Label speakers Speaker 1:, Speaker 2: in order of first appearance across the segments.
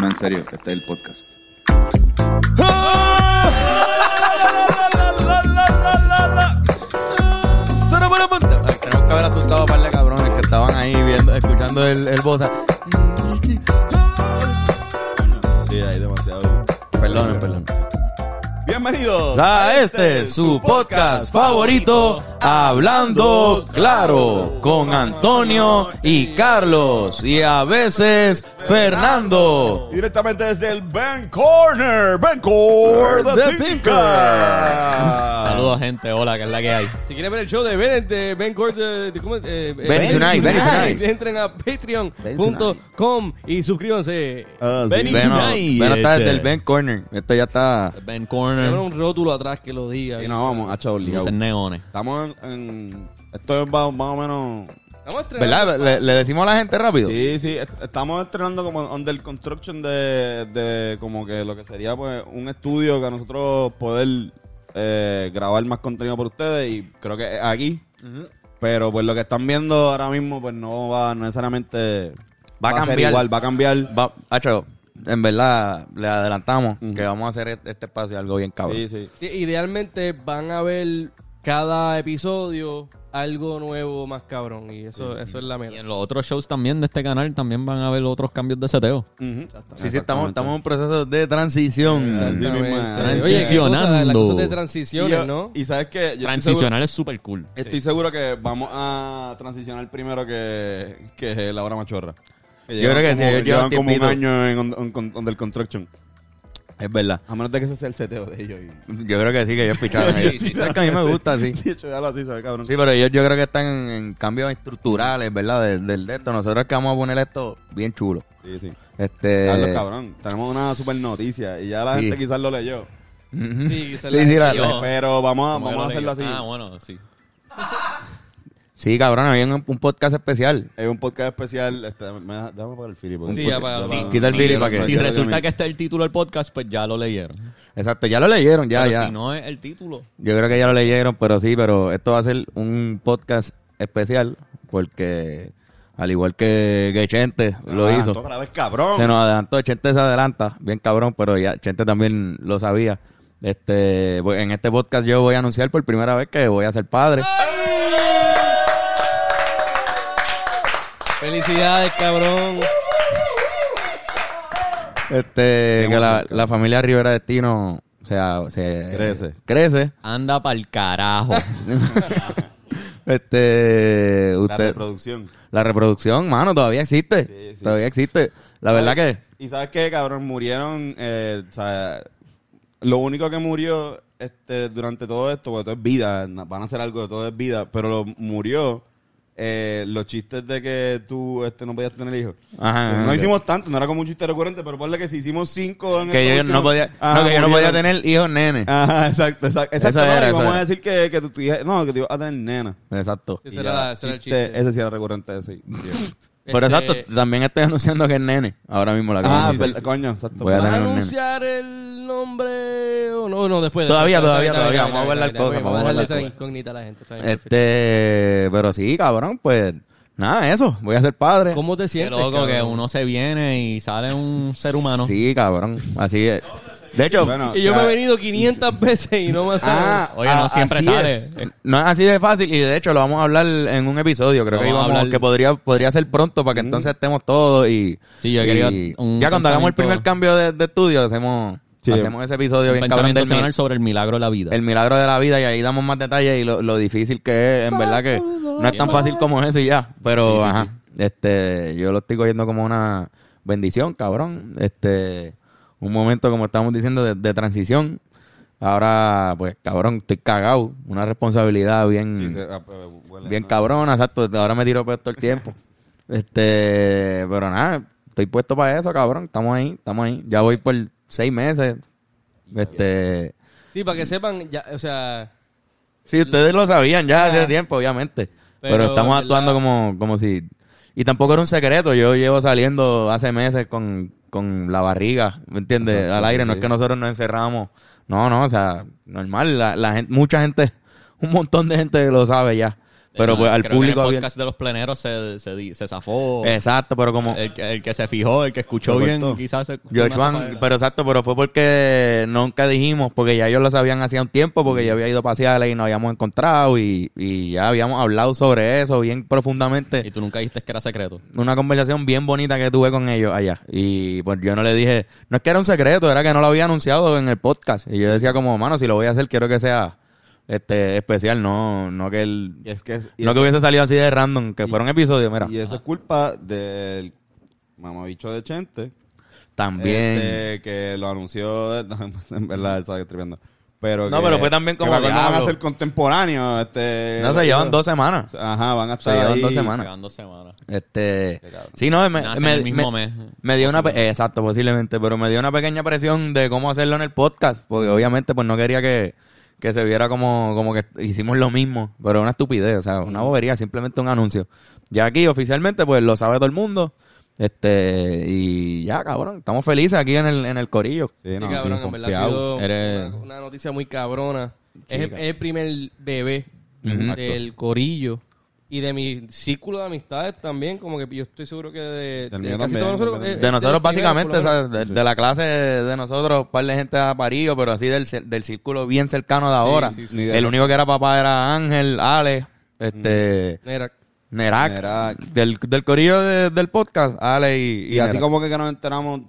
Speaker 1: No, en serio, que está el podcast.
Speaker 2: Tenemos que haber asustado a par de cabrones que estaban ahí viendo, escuchando el, el boza.
Speaker 1: Sí, hay demasiado.
Speaker 2: Perdonen, perdón.
Speaker 1: Bienvenidos
Speaker 2: A este, su podcast favorito, Hablando Claro, con Antonio y Carlos, y a veces Fernando.
Speaker 1: Directamente desde el Ben Corner. Ben Corner,
Speaker 2: The
Speaker 1: The
Speaker 2: Thinker.
Speaker 1: Thinker.
Speaker 3: Saludos, gente. Hola, que es la que hay.
Speaker 4: Si quieren ver el show de Ben, de Ben Gord, de, de- ¿cómo es? Eh,
Speaker 2: Benny Tonight, Benny Tonight.
Speaker 4: Entren a patreon.com y suscríbanse.
Speaker 1: Ah, sí.
Speaker 3: Benny
Speaker 2: Bueno,
Speaker 3: Tonight,
Speaker 2: bueno, está
Speaker 3: che.
Speaker 2: desde el Ben Corner. Esto ya está.
Speaker 4: Tienen
Speaker 3: Ben Corner.
Speaker 4: un rótulo atrás que lo diga.
Speaker 1: Y no, vamos, ha hecho obligado.
Speaker 3: Luces neones.
Speaker 1: Estamos en, en- Esto es más, más o menos...
Speaker 4: Estamos estrenando-
Speaker 2: ¿Verdad? Le, le decimos a la gente rápido.
Speaker 1: Sí, sí, est- estamos estrenando como Under Construction de, de como que lo que sería pues un estudio que nosotros poder eh, grabar más contenido por ustedes y creo que es aquí. Pero pues lo que están viendo ahora mismo pues no va necesariamente...
Speaker 2: Va a
Speaker 1: ser
Speaker 2: cambiar.
Speaker 1: igual, va a cambiar.
Speaker 2: Va- Hacho, en verdad, le adelantamos
Speaker 1: Ujú.
Speaker 2: que vamos a hacer este- este espacio algo bien cabrón.
Speaker 1: Sí, sí.
Speaker 4: Sí, idealmente van a ver cada episodio algo nuevo más cabrón. Y eso, eso es la
Speaker 3: Y
Speaker 4: meta.
Speaker 3: en los otros shows también de este canal también van a ver otros cambios de seteo.
Speaker 1: Ujú.
Speaker 2: Sí, sí, estamos, estamos en un proceso de transición.
Speaker 1: Exacto. Sí, mismo, eh,
Speaker 4: Exactamente. Oye, qué cosa, las
Speaker 3: Transicionando.
Speaker 4: cosas de
Speaker 1: Y yo-
Speaker 4: transiciones, ¿no?
Speaker 1: Y sabes que
Speaker 3: Transicionar es súper cool.
Speaker 1: Estoy seguro que vamos a transicionar primero que, que la hora machorra. Que
Speaker 2: Yo
Speaker 1: llevan
Speaker 2: creo que sí,
Speaker 1: como-
Speaker 2: ellos
Speaker 1: llevan
Speaker 2: llevan
Speaker 1: como un
Speaker 2: tiempito.
Speaker 1: año en on, on- on- on the Construction.
Speaker 2: Es verdad.
Speaker 1: A menos de que ese sea el seteo de ellos. y-
Speaker 2: Yo creo que sí, que ellos picharon.
Speaker 3: Sí, sí,
Speaker 2: Es que a mí me gusta, sí.
Speaker 1: Sí, echarlo así, ¿sabes, cabrón?
Speaker 2: Sí, pero ellos yo creo que están en, en cambios estructurales, ¿verdad? Del del de esto. Nosotros que vamos a poner esto bien chulo.
Speaker 1: sí. sí.
Speaker 2: Este...
Speaker 1: Carlos, cabrón, tenemos una super noticia y ya la
Speaker 2: Sí.
Speaker 1: gente quizás lo leyó.
Speaker 2: Ujú.
Speaker 4: Sí, se
Speaker 2: Sí,
Speaker 4: la-
Speaker 2: sí, la-
Speaker 3: yo- No.
Speaker 1: Pero vamos a,
Speaker 3: Como que
Speaker 1: pues, vamos a hacerlo
Speaker 3: lo
Speaker 1: así.
Speaker 3: leí. Ah, bueno, sí.
Speaker 2: sí, cabrón, había un, un podcast especial.
Speaker 1: Es un podcast especial. Este, me, deja- déjame pagar el Philip. porque-
Speaker 4: Sí,
Speaker 1: porque-
Speaker 4: apaga,
Speaker 1: ya
Speaker 4: apaga.
Speaker 1: va-
Speaker 2: Quita el
Speaker 3: Sí,
Speaker 2: Philip para que-
Speaker 3: Si
Speaker 1: Quiero
Speaker 3: resulta
Speaker 1: me-
Speaker 3: que está el título del podcast, pues ya lo leyeron.
Speaker 2: Exacto, ya lo leyeron, ya,
Speaker 3: Pero
Speaker 2: ya.
Speaker 3: si no es el título.
Speaker 2: Yo creo que ya lo leyeron, pero sí, pero esto va a ser un podcast especial porque al igual que, que Chente
Speaker 1: se
Speaker 2: lo
Speaker 1: va,
Speaker 2: hizo.
Speaker 1: toca la vez, cabrón.
Speaker 2: Se nos adelantó, Chente se adelanta, bien cabrón, pero ya Chente también lo sabía. Este, voy- en este podcast yo voy a anunciar por primera vez que voy a ser padre.
Speaker 4: Felicidades, cabrón.
Speaker 2: Este, que la,
Speaker 1: emoción, cabrón.
Speaker 2: la familia Rivera Destino o sea, se
Speaker 1: Crece.
Speaker 2: Crece.
Speaker 3: Anda pa'l carajo.
Speaker 2: Este,
Speaker 1: La
Speaker 2: usted,
Speaker 1: reproducción.
Speaker 2: la reproducción, mano, todavía existe.
Speaker 1: Sí, sí.
Speaker 2: Todavía existe. La verdad que
Speaker 1: Y sabes qué, cabrón, murieron, eh, o sea, lo único que murió este, durante todo esto, porque todo es vida, na- van a hacer algo de todo es vida, pero lo murió eh, los chistes de que tú este, no podías tener hijos.
Speaker 2: Ajá,
Speaker 1: Entonces,
Speaker 2: ajá,
Speaker 1: no
Speaker 2: ok.
Speaker 1: hicimos tanto, no era como un chiste recurrente, pero ponle que si hicimos cinco en
Speaker 2: que
Speaker 1: estos
Speaker 2: yo no
Speaker 1: últimos- Ah,
Speaker 2: podía,
Speaker 1: Ajá,
Speaker 2: no, que yo no podía
Speaker 1: murieron.
Speaker 2: tener hijos nenes.
Speaker 1: Ajá, exacto, exacto. exacto
Speaker 2: Eso
Speaker 1: no,
Speaker 2: era,
Speaker 1: y
Speaker 2: eso
Speaker 1: vamos a
Speaker 2: era.
Speaker 1: decir que, que tú, tu hija- no, que tú ibas a tener nena.
Speaker 2: Exacto.
Speaker 4: Sí,
Speaker 1: Y
Speaker 4: ese era
Speaker 1: ya,
Speaker 4: la- ese era el chiste.
Speaker 1: Ese sí era recurrente, sí.
Speaker 2: Pero
Speaker 4: Este,
Speaker 2: exacto, también estoy anunciando que es nene. Ahora mismo la
Speaker 1: ah,
Speaker 2: acabo de
Speaker 1: verdad, coño, exacto.
Speaker 2: Voy a
Speaker 4: ¿Vas a
Speaker 2: tener un nene.
Speaker 4: anunciar el nombre o no? No, después.
Speaker 2: Todavía, todavía,
Speaker 4: después, está
Speaker 2: todavía. Vamos a
Speaker 4: bien, está bien,
Speaker 2: hablar
Speaker 4: está bien,
Speaker 2: cosas,
Speaker 4: está bien.
Speaker 2: vamos a
Speaker 4: Vamos a
Speaker 2: hablar
Speaker 4: darle esa
Speaker 2: cosas.
Speaker 4: incógnita a la gente. está bien, perfecto.
Speaker 2: Este, pero sí, cabrón, pues nada, eso, voy a ser padre.
Speaker 4: ¿Cómo te
Speaker 3: Qué
Speaker 4: sientes?
Speaker 3: loco que
Speaker 4: cabrón?
Speaker 3: uno se viene y sale un ser humano.
Speaker 2: Sí, cabrón, así es. De hecho,
Speaker 1: Bueno,
Speaker 4: Y yo
Speaker 1: ya-
Speaker 4: me he venido 500 veces y no me ha salido.
Speaker 1: Ah,
Speaker 3: Oye,
Speaker 1: ah,
Speaker 3: no siempre
Speaker 1: así
Speaker 3: sale.
Speaker 1: es.
Speaker 2: no es así de fácil y de hecho lo vamos a hablar en un episodio, creo que
Speaker 3: Lo vamos a
Speaker 2: íbamos-
Speaker 3: hablar. Mm.
Speaker 2: que podría podría ser pronto para que entonces estemos todos y
Speaker 3: Sí, yo
Speaker 2: y-
Speaker 3: quería un
Speaker 2: ya cuando hagamos el
Speaker 3: pensamiento-
Speaker 2: primer cambio de, de estudio hacemos
Speaker 1: Sí.
Speaker 2: hacemos ese episodio
Speaker 3: Un
Speaker 2: bien cabrón
Speaker 3: pensamiento
Speaker 2: del
Speaker 3: semanal
Speaker 2: mi-
Speaker 3: sobre el milagro de la vida.
Speaker 2: el milagro de la vida y ahí damos más detalles y lo, lo difícil que es, en verdad que no es tan fácil como eso y ya, pero ajá, este yo lo estoy cogiendo como una bendición, cabrón, este un momento como estamos diciendo de, de transición. Ahora, pues, cabrón, estoy cagado. Una responsabilidad bien,
Speaker 1: Sí, se- ah, eh, huele,
Speaker 2: Mm. bien
Speaker 1: ¿no?
Speaker 2: cabrona, exacto. Ahora me tiro por todo el tiempo. este, pero nada, estoy puesto para eso, cabrón. Estamos ahí, estamos ahí. Ya voy por seis meses. Este,
Speaker 4: Sí, para que sepan, ya, o sea,
Speaker 2: sí, ustedes lo sabían ya hace tiempo, obviamente. Pero,
Speaker 4: Pero,
Speaker 2: estamos
Speaker 4: ¿verdad?
Speaker 2: actuando como, como si. Y tampoco era un secreto. Yo llevo saliendo hace meses con, con la barriga, ¿me entiendes?
Speaker 1: Exacto,
Speaker 2: Al aire. No es
Speaker 1: sí.
Speaker 2: que nosotros nos encerramos. No, no, o sea, normal. La, la gente, mucha gente, un montón de gente lo sabe ya. Pero
Speaker 5: Ah,
Speaker 2: pues al
Speaker 5: creo que
Speaker 2: público
Speaker 5: en el
Speaker 2: abierto.
Speaker 5: podcast de Eh, los pleneros se, se, di- se zafó.
Speaker 4: Eh,
Speaker 2: Exacto, pero como
Speaker 5: El, que- el que se fijó, el que escuchó
Speaker 1: Correcto.
Speaker 5: bien, quizás. se-
Speaker 2: Joshua,
Speaker 5: una zafa de la-
Speaker 2: pero exacto, pero fue porque nunca dijimos, porque ya ellos lo sabían hacía un tiempo, porque yo había ido a pasear y nos habíamos encontrado y, y ya habíamos hablado sobre eso bien profundamente.
Speaker 5: Y tú nunca dijiste que era secreto.
Speaker 2: Una conversación bien bonita que tuve con ellos allá. Y pues yo no le dije, no es que era un secreto, era que no lo había anunciado en el podcast. Y yo decía como, mano, si lo voy a hacer, quiero que sea este especial, no, no que el,
Speaker 1: Y es que, y
Speaker 2: no que
Speaker 1: eso,
Speaker 2: hubiese salido así de random, que
Speaker 1: y-
Speaker 2: fuera un episodio, mira.
Speaker 1: y eso es culpa del mamabicho de Chente.
Speaker 2: También.
Speaker 1: Este, que lo anunció, en verdad, estaba tripeando. Pero
Speaker 2: No,
Speaker 1: que-
Speaker 2: pero fue también
Speaker 1: que
Speaker 2: como,
Speaker 1: me acuerdo van a
Speaker 2: diablo.
Speaker 1: ser contemporáneos. Este,
Speaker 2: no se llevan dos semanas.
Speaker 1: Ajá, van a
Speaker 2: Se
Speaker 1: estar
Speaker 2: llevan
Speaker 1: ahí.
Speaker 2: dos semanas.
Speaker 5: Llegando semanas.
Speaker 2: Este,
Speaker 1: cabrón.
Speaker 2: sí, no, me,
Speaker 5: Nace
Speaker 2: me-
Speaker 5: en el mismo
Speaker 2: me-
Speaker 5: mes.
Speaker 2: me dio una, pe- exacto, posiblemente, pero me dio una pequeña presión de cómo hacerlo en el podcast, porque obviamente pues no quería que, que se viera como, como que hicimos lo mismo, pero una estupidez, o sea, una bobería, simplemente un anuncio. Ya aquí oficialmente pues lo sabe todo el mundo, este, y ya cabrón, estamos felices aquí en el, en el corillo.
Speaker 1: Sí, no,
Speaker 4: Sí, cabrón,
Speaker 1: sí,
Speaker 4: en verdad ha
Speaker 1: confiado.
Speaker 4: sido
Speaker 2: Eres-
Speaker 4: una, una noticia muy cabrona. es, el,
Speaker 2: cabrón.
Speaker 4: es el primer bebé
Speaker 2: Ujú.
Speaker 4: del corillo y de mi círculo de amistades también, como que yo estoy seguro que de,
Speaker 1: Del
Speaker 4: de
Speaker 1: mío
Speaker 4: casi
Speaker 1: también,
Speaker 4: todos nosotros.
Speaker 1: del mío
Speaker 4: eh,
Speaker 2: De nosotros
Speaker 4: los primeros,
Speaker 2: básicamente,
Speaker 4: por lo menos.
Speaker 2: o sea, de, de la clase de nosotros, un par de gente a Parillo, pero así del, cer- del círculo bien cercano de ahora.
Speaker 1: sí, sí.
Speaker 2: El único que era papá era Ángel, Ale, este,
Speaker 4: Mira,
Speaker 2: Nerak,
Speaker 1: Nerak.
Speaker 2: Del, del corillo de- del podcast, Ale y,
Speaker 1: Y así
Speaker 2: Nerak.
Speaker 1: como que, que nos enteramos,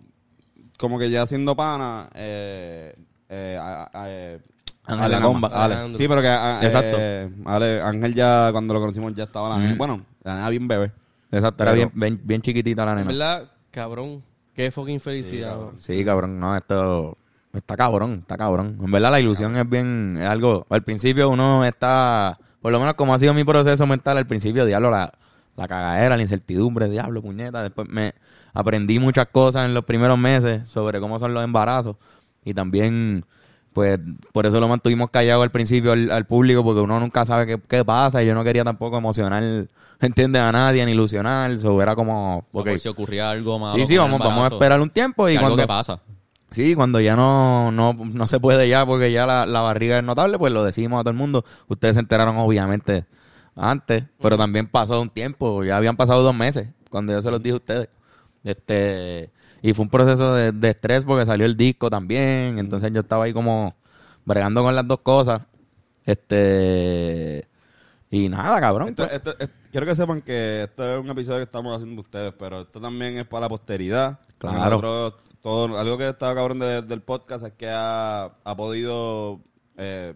Speaker 1: como que ya siendo pana, eh, eh, a- a- eh,
Speaker 2: Ángel
Speaker 1: Ale
Speaker 2: la
Speaker 1: Comba,
Speaker 2: Comba.
Speaker 1: Ale. Sí, pero que a- a-
Speaker 2: Exacto.
Speaker 1: eh, Ale, Ángel ya cuando lo conocimos ya estaba la nena. Bueno, la nena bien bebé.
Speaker 2: Exacto, era
Speaker 1: Pero-
Speaker 2: bien, bien, bien chiquitita la
Speaker 4: en
Speaker 2: nena.
Speaker 4: verdad, cabrón, qué fucking felicidad. bro.
Speaker 2: Sí, cabrón, no, esto está cabrón, está cabrón. En verdad la ilusión es bien, es algo, al principio uno está, por lo menos como ha sido mi proceso mental, al principio, diablo, la, la cagadera, la incertidumbre, diablo, puñeta, después me aprendí muchas cosas en los primeros meses sobre cómo son los embarazos y también, pues, por eso lo mantuvimos callado al principio al, al público porque uno nunca sabe qué, qué pasa y yo no quería tampoco emocionar, ¿entiendes? A nadie ni ilusionar, eso era como,
Speaker 5: O
Speaker 2: ok,
Speaker 5: Por si ocurría algo malo.
Speaker 2: sí, sí,
Speaker 5: con el
Speaker 2: vamos, vamos a
Speaker 5: embarazo.
Speaker 2: esperar un tiempo y
Speaker 5: Que algo
Speaker 2: cuando...
Speaker 5: que pasa.
Speaker 2: Sí, cuando ya no, no, no se puede ya porque ya la, la barriga es notable, pues lo decimos a todo el mundo. Ustedes se enteraron obviamente antes, pero también pasó un tiempo, ya habían pasado dos meses cuando yo se los dije a ustedes. Este, y fue un proceso de, de estrés porque salió el disco también, entonces yo estaba ahí como bregando con las dos cosas. Este, y nada, cabrón.
Speaker 1: Esto- esto- esto- quiero que sepan que este es un episodio que estamos haciendo ustedes, pero esto también es para la posteridad.
Speaker 2: Claro.
Speaker 1: Nosotros, todo, algo que está cabrón de- del podcast es que ha, ha podido eh,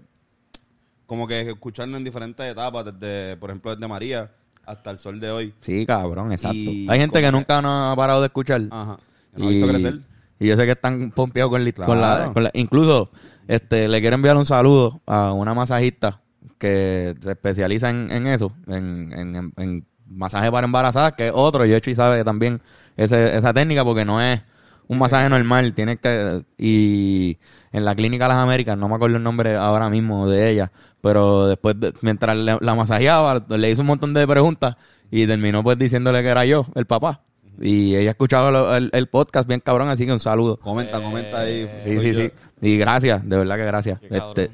Speaker 1: como que escucharnos en diferentes etapas, desde, por ejemplo, desde María hasta el sol de hoy.
Speaker 2: pues. Sí, cabrón, exacto.
Speaker 1: Y
Speaker 2: Hay gente que
Speaker 1: como-
Speaker 2: nunca nos ha parado de escuchar.
Speaker 1: Ajá. Que nos ha visto crecer.
Speaker 2: y yo sé que están pompeados con, li- con la,
Speaker 1: Claro.
Speaker 2: con la- Incluso, este, le quiero enviar un saludo a una masajista que se especializa en, en eso, en, en- en- en masaje para embarazadas, que es otro. Yo he hecho y sabe también ese- esa técnica porque no es un masaje normal. Tienes que... Y en la clínica Las Américas, no me acuerdo el nombre ahora mismo de ella, pero después, de- mientras le- la masajeaba, le hice un montón de preguntas y terminó pues diciéndole que era yo, el papá. Y ella escuchaba lo- el, el podcast bien cabrón, así que un saludo.
Speaker 1: Comenta, comenta ahí.
Speaker 2: Sí,
Speaker 1: Eh, soy
Speaker 2: sí,
Speaker 1: yo.
Speaker 2: sí. Y gracias, de verdad que gracias. Este,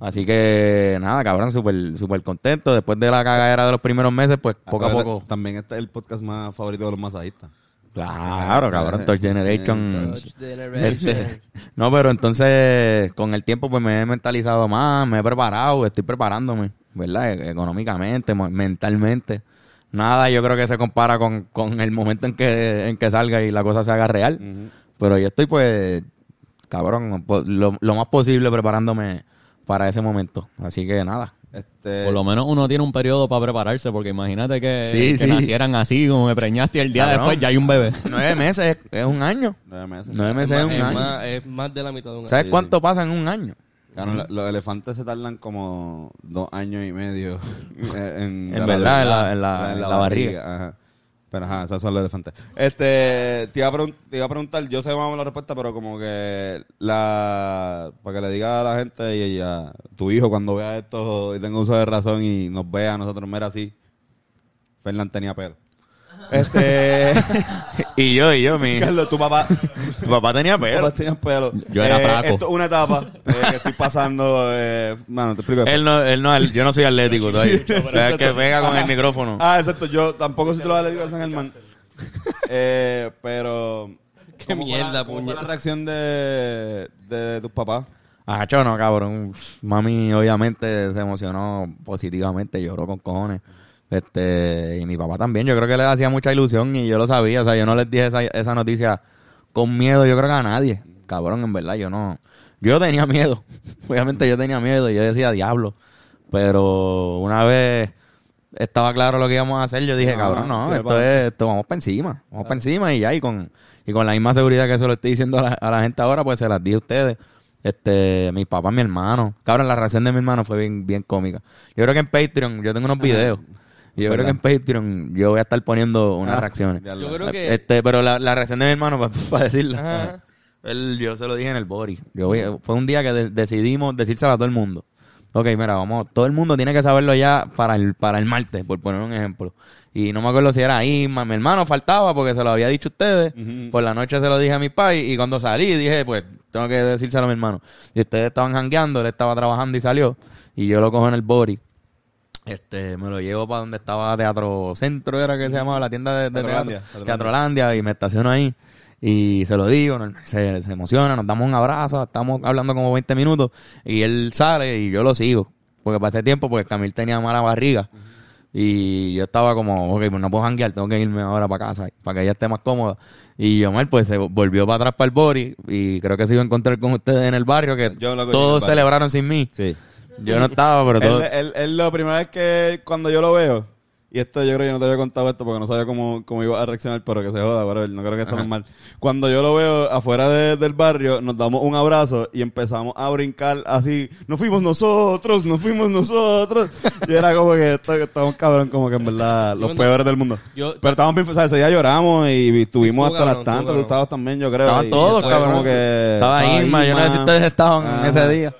Speaker 2: así que nada, cabrón, súper súper contento. Después de la cagadera de los primeros meses, pues poco a
Speaker 1: Acuérdate,
Speaker 2: poco.
Speaker 1: También este es el podcast más favorito de los masajistas.
Speaker 2: Claro, cabrón, Touch Generation.
Speaker 4: Touch the
Speaker 2: Este,
Speaker 4: generation.
Speaker 2: no, pero entonces con el tiempo pues me he mentalizado más, me he preparado, estoy preparándome, ¿verdad? E- Económicamente, mo- mentalmente. Nada, yo creo que se compara con, con el momento en que, en que salga y la cosa se haga real. Pero yo estoy pues, cabrón, po- lo, lo más posible preparándome para ese momento. Así que nada.
Speaker 1: Este,
Speaker 5: Por lo menos uno tiene un periodo para prepararse, porque imagínate que,
Speaker 2: Sí,
Speaker 5: que
Speaker 2: sí.
Speaker 5: nacieran así, como me preñaste y el día
Speaker 2: Cabrón.
Speaker 5: después ya hay un bebé.
Speaker 2: Nueve meses es, es un año.
Speaker 1: nueve meses.
Speaker 2: Nueve meses es un
Speaker 4: es,
Speaker 2: año.
Speaker 4: más, es más de la mitad de un año.
Speaker 2: ¿Sabes cuánto pasa en un año?
Speaker 1: Claro, lo- los elefantes se tardan como dos años y medio en,
Speaker 2: En verdad, en la- en la- en la
Speaker 1: ajá. Pero ajá, esos son los elefantes. Este, te iba, a pregun- te iba a preguntar, yo sé más o menos la respuesta, pero como que la. Para que le diga a la gente y a tu hijo cuando vea esto y tenga uso de razón y nos vea a nosotros, mira así. Fernán tenía pelo. Este,
Speaker 2: Y yo, y yo, mi.
Speaker 1: Carlos, tu papá,
Speaker 2: Tu papá tenía
Speaker 1: tu
Speaker 2: pelo.
Speaker 1: papá tenía pelo.
Speaker 5: Yo era
Speaker 1: Eh,
Speaker 5: flaco.
Speaker 1: Esto es una etapa eh, que estoy pasando. Eh, mano, te explico.
Speaker 2: Él no, él no, es al- yo no soy atlético todavía. O sea, el que pega con el micrófono.
Speaker 1: Ah, exacto. Yo tampoco soy de los Atléticos de San Germán. Eh, pero...
Speaker 4: Qué
Speaker 1: ¿cómo fue la-
Speaker 4: mierda,
Speaker 1: ¿Cómo fue
Speaker 4: puñeta.
Speaker 1: la reacción de, de tus papás?
Speaker 2: Ah, yo no, cabrón. Uf, Mami, obviamente, se emocionó positivamente, lloró con cojones. Este, y mi papá también, yo creo que le hacía mucha ilusión y yo lo sabía. O sea, yo no les dije esa, esa noticia con miedo, yo creo que a nadie. Cabrón, en verdad, yo no. Yo tenía miedo. Obviamente, yo tenía miedo y yo decía, diablo. Pero una vez estaba claro lo que íbamos a hacer, yo dije,
Speaker 1: Ah,
Speaker 2: cabrón, no,
Speaker 1: qué
Speaker 2: esto
Speaker 1: padre.
Speaker 2: es eh, esto, vamos para encima, vamos para encima y ya, y con, y con la misma seguridad que se lo estoy diciendo a la, a la gente ahora, pues se las di a ustedes. Este, mis papás, mi hermano. Cabrón, la reacción de mi hermano fue bien, bien cómica. Yo creo que en Patreon, yo tengo unos videos. Yo creo que en Patreon yo voy a estar poniendo unas
Speaker 1: Ah,
Speaker 2: reacciones.
Speaker 1: ya
Speaker 4: Yo
Speaker 1: lo-
Speaker 4: creo que.
Speaker 2: Este, pero la, la reacción de mi hermano, para decirla.
Speaker 4: Ajá.
Speaker 2: Él- yo se lo dije en el Bori. Yo, voy- fue un día que de- decidimos decírselo a todo el mundo. Ok, mira, vamos, todo el mundo tiene que saberlo ya para el, para el martes, por poner un ejemplo. Y no me acuerdo si era Isma, mi hermano faltaba porque se lo había dicho a ustedes. Por la noche se lo dije a mi país y cuando salí dije, pues, tengo que decírselo a mi hermano. Y ustedes estaban jangueando, él estaba trabajando y salió. Y yo lo cojo en el Bori. Este, me lo llevo para donde estaba Teatro Centro, era que se llamaba la tienda de, de
Speaker 1: Teatrolandia,
Speaker 2: teatro.
Speaker 1: Teatrolandia.
Speaker 2: Teatrolandia, y me estaciono ahí. Y se lo digo, no- se, se emociona, nos damos un abrazo, estamos hablando como 20 minutos. Y él sale y yo lo sigo. Porque para ese tiempo, pues Camil tenía mala barriga. Y yo estaba como, ok, pues no puedo janguear, tengo que irme ahora para casa, para que ella esté más cómoda. Y Yomel, pues se volvió para atrás para el Bori. Y creo que se iba a encontrar con ustedes en el barrio, que
Speaker 1: Yo lo conocí en el
Speaker 2: todos
Speaker 1: barrio.
Speaker 2: celebraron sin mí.
Speaker 1: Sí.
Speaker 2: Yo no estaba, pero todos.
Speaker 1: Él, él- él la primera vez que cuando yo lo veo, y esto yo creo que yo no te había contado esto porque no sabía cómo, cómo iba a reaccionar, pero que se joda, pero no creo que esté normal. Cuando yo lo veo afuera de- del barrio, nos damos un abrazo y empezamos a brincar así, nos fuimos nosotros, nos fuimos nosotros. y era como que esto- que estamos cabrón, como que en verdad los
Speaker 4: cuando-
Speaker 1: peores del mundo.
Speaker 4: yo-
Speaker 1: pero estábamos bien, o sea, ese día lloramos y estuvimos
Speaker 4: Sí, estuvo
Speaker 1: hasta las
Speaker 4: cabrón,
Speaker 1: tantas,
Speaker 4: estuvo
Speaker 1: tú
Speaker 4: cabrón.
Speaker 1: estabas también, yo creo.
Speaker 2: Estaban
Speaker 1: y
Speaker 2: todos,
Speaker 1: fue
Speaker 2: cabrón.
Speaker 1: como que-
Speaker 2: estaba Irma, yo no sé si ustedes estaban
Speaker 1: Ajá.
Speaker 2: ese día.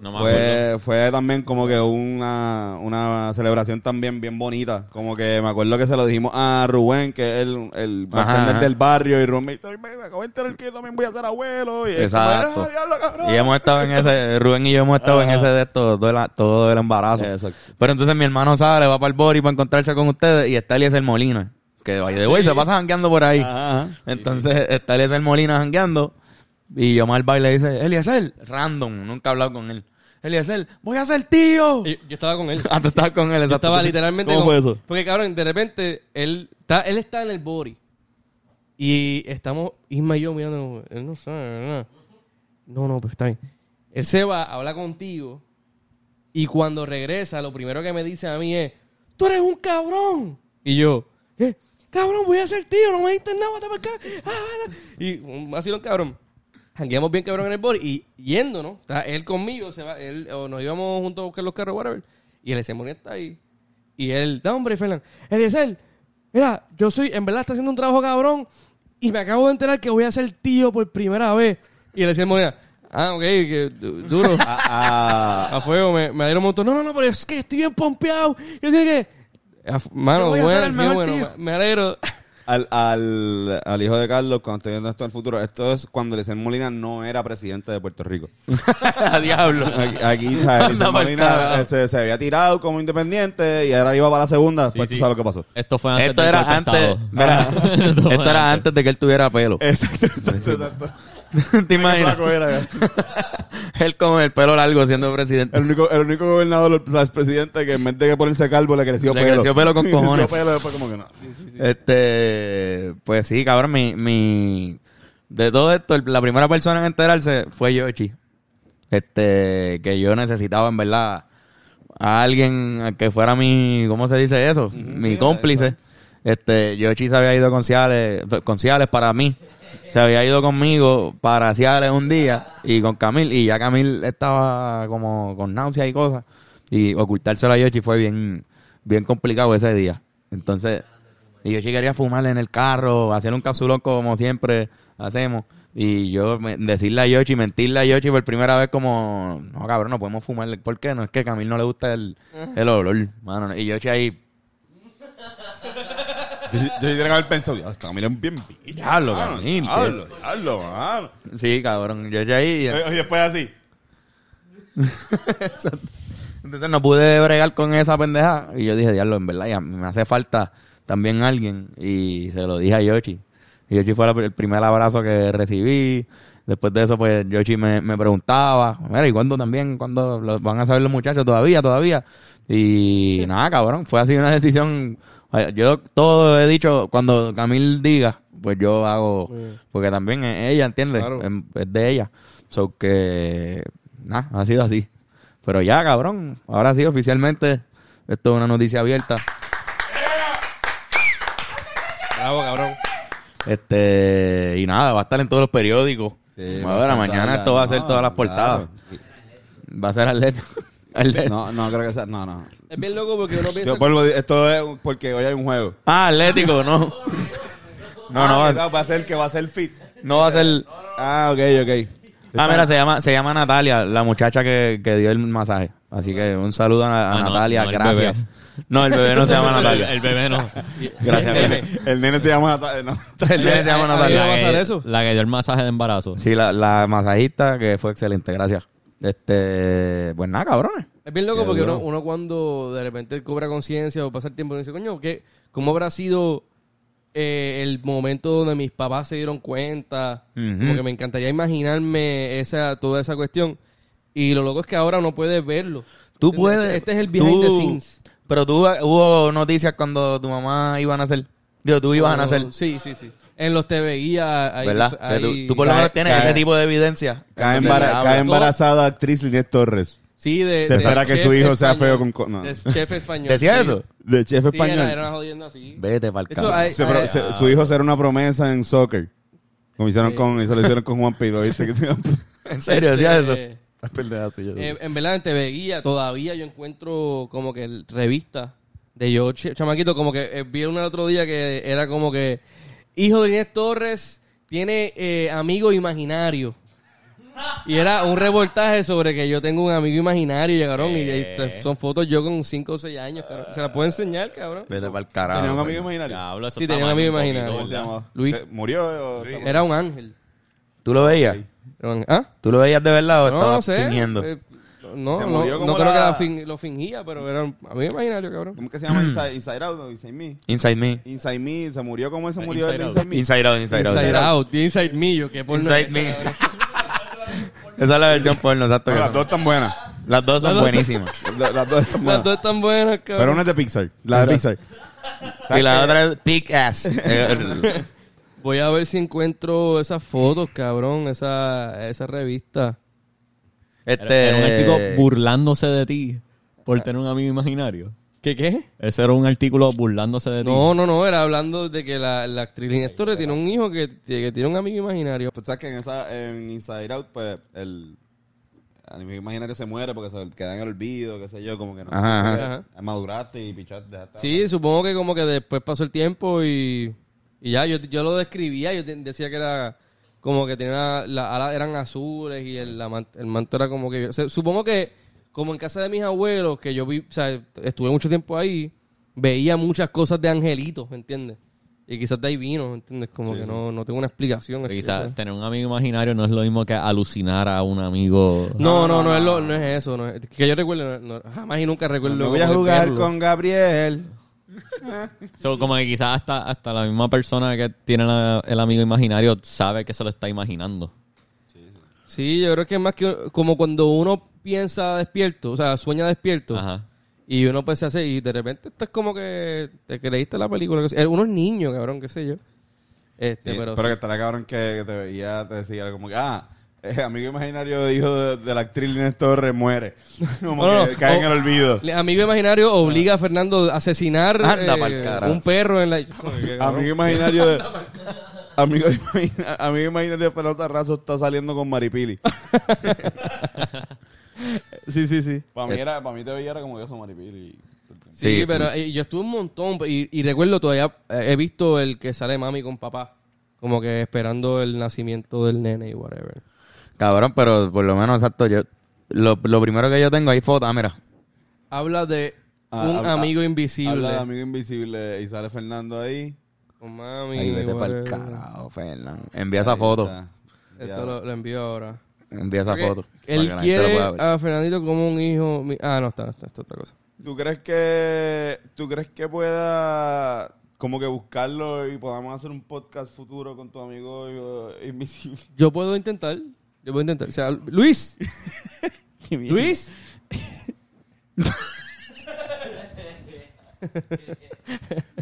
Speaker 5: No me acuerdo.
Speaker 1: Fue, fue también como que una, una celebración también bien bonita. Como que me acuerdo que se lo dijimos a Rubén, que es el, el
Speaker 2: Ajá,
Speaker 1: bartender
Speaker 2: ajá.
Speaker 1: del barrio, y Rubén me dice, "Ay, me me acabo de enterar que yo también voy a ser abuelo. Y él como,
Speaker 2: Exacto.
Speaker 1: "Ah, diablo, cabrón".
Speaker 2: Y hemos estado en ese, Rubén y yo hemos estado en ese de esto, todo, el- todo el embarazo.
Speaker 1: Exacto.
Speaker 2: Pero entonces mi hermano sale, va para el Bori para encontrarse con ustedes y está Eliezer Molina, que by the way se pasa jangueando por ahí.
Speaker 1: Ajá, ajá.
Speaker 2: Entonces está Eliezer Molina jangueando y yo mal baile dice, Eliezer, random, nunca he hablado con él. Eliezer, voy a ser tío.
Speaker 4: Yo, yo estaba con él.
Speaker 2: Ah, tú estabas con él,
Speaker 4: Yo
Speaker 2: exacto.
Speaker 4: estaba literalmente.
Speaker 1: ¿Cómo
Speaker 4: con-
Speaker 1: fue eso?
Speaker 4: Porque, cabrón, de repente, él está, él está en el body. Y estamos, Isma y yo mirando. Él no sabe nada. No, no, pues está bien. Él se va, habla contigo. Y cuando regresa, lo primero que me dice a mí es: ¡Tú eres un cabrón! Y yo, ¿qué? Cabrón, voy a ser tío, no me diste nada, vete para acá. Ah, vete. y um, así lo cabrón. Jangueamos bien cabrón en el body y yéndonos. Está él conmigo, se va, él, o nos íbamos juntos a buscar los carros, whatever. Y el Eliezer Molina está ahí. Y él, da hombre, Fernán. Eliezer, mira, yo soy, en verdad está haciendo un trabajo cabrón y me acabo de enterar que voy a ser tío por primera vez. Y Eliezer Molina, ah, ok, que du- duro.
Speaker 1: Ah,
Speaker 4: A fuego, me, me dieron un montón. No, no, no, pero es que estoy bien pompeado. Yo dije que. A f- Mano,
Speaker 2: Yo voy a
Speaker 4: bueno,
Speaker 2: ser el
Speaker 4: qué
Speaker 2: mejor
Speaker 4: bueno,
Speaker 2: tío.
Speaker 4: me- me alegro.
Speaker 1: al, al, al hijo de Carlos, cuando estoy viendo esto en el futuro, esto es cuando Licen Molina no era presidente de Puerto Rico.
Speaker 2: A diablo.
Speaker 1: Aquí, aquí, ¿sabes?
Speaker 2: Anda
Speaker 1: Eliseo
Speaker 2: pa'l
Speaker 1: Molina
Speaker 2: carajo.
Speaker 1: eh, se, se había tirado como independiente y ahora iba para la segunda. pues tú
Speaker 5: sí.
Speaker 1: sabes lo que pasó.
Speaker 5: Esto fue antes
Speaker 2: Esto
Speaker 5: del
Speaker 2: era
Speaker 5: golpe de
Speaker 2: antes,
Speaker 5: estado.
Speaker 2: mira,
Speaker 5: Esto fue
Speaker 2: esto era antes de que él tuviera pelo.
Speaker 1: Exacto, exacto, exacto.
Speaker 2: ¿Te imaginas?
Speaker 1: Flaco era.
Speaker 2: Él con el pelo largo siendo presidente.
Speaker 1: El único, el único gobernador, o sea, el presidente, que en vez de que ponerse calvo le creció
Speaker 2: Le
Speaker 1: pelo.
Speaker 2: creció pelo con
Speaker 1: Le creció
Speaker 2: cojones.
Speaker 1: pelo, después como que no.
Speaker 2: Este, pues sí, cabrón, mi, mi- de todo esto, el- la primera persona en enterarse fue Yoshi. Este, que yo necesitaba en verdad a alguien que fuera mi, ¿cómo se dice eso? mi
Speaker 1: sí,
Speaker 2: cómplice. Este, Yoshi se había ido con Ciales, con Ciales para mí. Se había ido conmigo para Ciales un día y con Camil. Y ya Camil estaba como con náuseas y cosas. Y ocultárselo a Yoshi fue bien, bien complicado ese día. Entonces, y Yoshi quería fumar en el carro, hacer un capsulón como siempre hacemos. Y yo me- decirle a Yoshi, mentirle a Yoshi por primera vez como, no cabrón, no podemos fumar. ¿Por qué? No es que a Camil no le gusta el, el olor. Mano, y Yoshi ahí
Speaker 1: Yo, yo tendría que haber pensado, "Diablo, esta Camila es bien bicha.
Speaker 2: Diablo,
Speaker 1: mano,
Speaker 2: Camila.
Speaker 1: Diablo, diablo, mano". Eh,
Speaker 2: Sí, cabrón. Yo ya ahí.
Speaker 1: Y y después así.
Speaker 2: Entonces no pude bregar con esa pendeja. Y yo dije, diablo, en verdad, ya me hace falta también alguien. Y se lo dije a Yoshi. Y Yoshi fue la pr- el primer abrazo que recibí. Después de eso, pues Yoshi me, me preguntaba, mira, ¿y cuándo también? ¿Cuándo lo van a saber los muchachos? Todavía, todavía. Y nada, cabrón, fue así una decisión. Eh, Yo todo he dicho, cuando Camil diga, pues yo hago, porque también es ella, ¿entiendes?
Speaker 4: Claro.
Speaker 2: Em- Es de ella. So que, nada, ha sido así. Pero ya, cabrón, ahora sí, oficialmente, esto es una noticia abierta.
Speaker 4: Bravo, cabrón.
Speaker 2: Este, y nada, va a estar en todos los periódicos.
Speaker 1: Sí, va a
Speaker 2: Ahora,
Speaker 1: ser
Speaker 2: mañana
Speaker 1: toda la-
Speaker 2: esto va a ser
Speaker 1: no,
Speaker 2: todas las portadas.
Speaker 1: claro.
Speaker 2: Va a ser atleta. Atleta.
Speaker 1: No, no creo que sea. No, no.
Speaker 4: Es bien loco porque uno piensa.
Speaker 1: Yo vuelvo- esto es porque hoy hay un juego.
Speaker 2: Ah, Atlético, no. No,
Speaker 1: Ah,
Speaker 2: no,
Speaker 1: que Va a ser que va a ser fit.
Speaker 2: no va a ser.
Speaker 1: Ah, ok, ok.
Speaker 2: Ah, mira, se llama, se llama Natalia, la muchacha que, que dio el masaje. Así que un saludo a, a
Speaker 5: Ah, no,
Speaker 2: Natalia,
Speaker 5: no, el
Speaker 2: gracias. No, el bebé no se llama
Speaker 5: El,
Speaker 2: Natalia.
Speaker 5: el bebé no.
Speaker 2: Gracias,
Speaker 1: El
Speaker 2: bebé.
Speaker 1: nene, el nene se llama. Nata- no.
Speaker 2: El bebé se llama
Speaker 4: ¿A mí me va a
Speaker 2: Natalia.
Speaker 4: pasar eso?
Speaker 3: La que dio el masaje de embarazo.
Speaker 2: Sí, la, la masajista que fue excelente, gracias. Este, pues nada, cabrones.
Speaker 4: Es bien loco
Speaker 2: Qué
Speaker 4: porque uno,
Speaker 2: duro.
Speaker 4: uno cuando de repente cobra conciencia o pasa el tiempo y dice, coño, ¿qué, ¿cómo habrá sido eh, el momento donde mis papás se dieron cuenta?
Speaker 2: Ujú.
Speaker 4: Porque me encantaría imaginarme esa, toda esa cuestión. Y lo loco es que ahora uno puede verlo.
Speaker 2: Tú
Speaker 4: Este-
Speaker 2: puedes.
Speaker 4: Este es el behind the
Speaker 2: tú-
Speaker 4: scenes.
Speaker 2: Pero tú eh, hubo noticias cuando tu mamá iba a nacer. Digo, tú
Speaker 1: Oh,
Speaker 2: ibas a nacer.
Speaker 4: Sí, sí, sí. En los TV guía. ahí-
Speaker 2: ¿Verdad? Que tú-
Speaker 4: ahí-
Speaker 2: tú, por lo
Speaker 1: Cae-
Speaker 2: menos tienes
Speaker 1: cae-
Speaker 2: ese tipo de evidencia.
Speaker 1: Cae,
Speaker 2: Entonces,
Speaker 1: embara-
Speaker 2: se habla.
Speaker 1: cae embarazada actriz Linet Torres.
Speaker 4: Sí, de-
Speaker 1: Se
Speaker 4: de
Speaker 1: espera que
Speaker 4: chef
Speaker 1: su hijo sea feo
Speaker 4: español.
Speaker 1: con co- no.
Speaker 4: De chef español.
Speaker 2: ¿Decía
Speaker 4: sí.
Speaker 2: eso?
Speaker 1: De chef
Speaker 4: Sí, era,
Speaker 1: español.
Speaker 4: era una jodienda así.
Speaker 2: Vete para
Speaker 4: De
Speaker 2: el
Speaker 4: hecho,
Speaker 2: cabrón.
Speaker 4: hay-
Speaker 1: Se- pero
Speaker 4: hay-
Speaker 1: se- su hijo será una promesa en soccer. Como hicieron
Speaker 4: Sí.
Speaker 1: con, eso lo hicieron con Juan Pido. ¿viste? Que tenía-
Speaker 2: En serio, decía eso.
Speaker 4: Eh,
Speaker 1: Las pendejas así, yo-
Speaker 4: Eh, en verdad, en TV Guía todavía yo encuentro como que el- revistas de yo, ch- chamaquito, como que eh, vi una el otro día que era como que hijo de Inés Torres tiene eh, amigo imaginario. Y era un reportaje sobre que yo tengo un amigo imaginario, y cabrón, y, y te- son fotos yo con 5 o 6 años, cabrón. Se las puedo enseñar, cabrón.
Speaker 2: Vete para el
Speaker 1: Tenía un
Speaker 2: carajo.
Speaker 1: amigo imaginario.
Speaker 5: Diablo, eso
Speaker 4: Sí,
Speaker 5: está
Speaker 4: tenía un
Speaker 5: mal
Speaker 4: amigo
Speaker 5: un poquito,
Speaker 4: imaginario.
Speaker 1: ¿Cómo se
Speaker 5: ¿verdad?
Speaker 1: llamaba?
Speaker 4: Luis.
Speaker 1: ¿Eh, ¿Murió? o está-
Speaker 4: Era un ángel.
Speaker 2: ¿Tú lo veías?
Speaker 4: Era un- ¿Ah?
Speaker 2: ¿Tú lo veías de verdad o
Speaker 4: No,
Speaker 2: estabas
Speaker 4: no sé.
Speaker 2: fingiendo?
Speaker 4: Eh, no,
Speaker 1: Se
Speaker 4: no,
Speaker 1: murió
Speaker 4: no
Speaker 1: como
Speaker 4: creo que
Speaker 1: la-
Speaker 4: la fin- lo fingía, pero era un amigo imaginario, cabrón.
Speaker 1: ¿Cómo que se llama Inside, Inside Out o Inside Me?
Speaker 2: Inside Me.
Speaker 1: Inside Me, se murió como se
Speaker 5: Ah,
Speaker 1: murió
Speaker 5: Inside
Speaker 1: el
Speaker 5: Out.
Speaker 1: Inside Me.
Speaker 2: Inside Out, Inside, Out.
Speaker 4: Inside Out, Inside Me, yo que porno
Speaker 2: Inside
Speaker 4: es
Speaker 2: Me.
Speaker 4: esa, cabrón?
Speaker 2: Esa es la versión porno, exacto.
Speaker 1: No,
Speaker 2: que
Speaker 1: las
Speaker 2: son.
Speaker 1: dos están buenas.
Speaker 2: Las dos son
Speaker 4: Las dos-
Speaker 2: buenísimas.
Speaker 1: Las, las dos están
Speaker 4: Las
Speaker 1: buenas.
Speaker 4: dos están buenas, cabrón.
Speaker 1: Pero una es de Pixar. La de Pixar.
Speaker 2: y la otra es Pick Ass. Eh,
Speaker 4: Voy a ver si encuentro esas fotos, cabrón, esa, esa revista.
Speaker 3: Era,
Speaker 2: este...
Speaker 3: era un artículo burlándose de ti por tener un amigo imaginario.
Speaker 4: ¿Qué qué?
Speaker 3: Ese era un artículo burlándose de ti.
Speaker 4: No, no, no, era hablando de que la, la actriz Inés Torres tiene un hijo que, que tiene un amigo imaginario.
Speaker 1: Pues sabes que en, esa, en Inside Out, pues, el animal imaginario se muere porque se queda en el olvido, qué sé yo, como que no.
Speaker 2: Ajá,
Speaker 4: ajá.
Speaker 1: Porque Maduraste y pichaste. dejaste-
Speaker 4: Sí, supongo que como que después pasó el tiempo y, y ya, yo, yo lo describía, yo te- decía que era como que tenía una- las alas eran azules y el, la man- el manto era como que... o sea, supongo que como en casa de mis abuelos, que yo vi, o sea, estuve mucho tiempo ahí, veía muchas cosas de angelitos, ¿me entiendes? Y quizás de ahí vino, ¿me entiendes? Como que No, no tengo una explicación. Este,
Speaker 3: Pero
Speaker 4: es que-
Speaker 3: quizás tener un amigo imaginario no es lo mismo que alucinar a un amigo.
Speaker 4: No, no, no, es lo- no es eso. no es- que yo recuerdo, jamás y nunca recuerdo.
Speaker 1: No
Speaker 4: como
Speaker 1: voy a
Speaker 4: de
Speaker 1: jugar
Speaker 4: verlo.
Speaker 1: con Gabriel.
Speaker 3: So, como que quizás hasta, hasta la misma persona que tiene la- el amigo imaginario sabe que se lo está imaginando.
Speaker 4: Sí, yo creo que es más que como cuando uno piensa despierto, o sea, sueña despierto.
Speaker 3: Ajá.
Speaker 4: Y uno pues se hace y de repente estás como que te creíste la película. que sé- eh, Uno es niño, cabrón, qué sé yo. Este,
Speaker 1: Sí, pero
Speaker 4: pero,
Speaker 1: que estará cabrón que, que te veía, te decía como que, ah, eh, amigo imaginario hijo de, de la actriz Inés Torres muere. Como
Speaker 4: No, no,
Speaker 1: que cae en
Speaker 4: o-
Speaker 1: el olvido.
Speaker 4: Le- Amigo imaginario obliga a Fernando a asesinar
Speaker 2: Anda
Speaker 4: eh,
Speaker 2: pa'l carajo.
Speaker 4: un perro en la... Joder, qué cabrón.
Speaker 1: Amigo imaginario de... Amigo, imagina- amigo imaginario de pelota raso está saliendo con Maripili.
Speaker 4: Sí, sí, sí.
Speaker 1: Para mí, era, para mí te veía era como que eso, Maripili.
Speaker 4: Sí,
Speaker 2: Sí,
Speaker 4: pero eh, yo estuve un montón y, y recuerdo todavía eh, he visto el que sale mami con papá, como que esperando el nacimiento del nene y whatever.
Speaker 2: Cabrón, pero por lo menos, exacto, yo... Lo, lo primero que yo tengo ahí foto, ah, mira.
Speaker 4: Habla de
Speaker 1: Ah,
Speaker 4: un
Speaker 1: habla-
Speaker 4: amigo invisible.
Speaker 1: Habla de amigo invisible y sale Fernando ahí.
Speaker 4: Con mami.
Speaker 2: Ahí vete para el
Speaker 4: whatever.
Speaker 2: carajo, Fernando. Envía esa foto.
Speaker 4: Esto lo, lo envío ahora.
Speaker 2: Envía esa
Speaker 4: Porque
Speaker 2: foto. para que
Speaker 4: Él
Speaker 2: la gente lo
Speaker 4: quiere
Speaker 2: pueda ver.
Speaker 4: a Fernandito como un hijo. mi- Ah, no, está, está, está otra cosa.
Speaker 1: ¿Tú crees que tú crees que pueda como que buscarlo y podamos hacer un podcast futuro con tu amigo eh, invisible?
Speaker 4: Yo puedo intentar. Yo puedo intentar. O sea, Luis. Luis.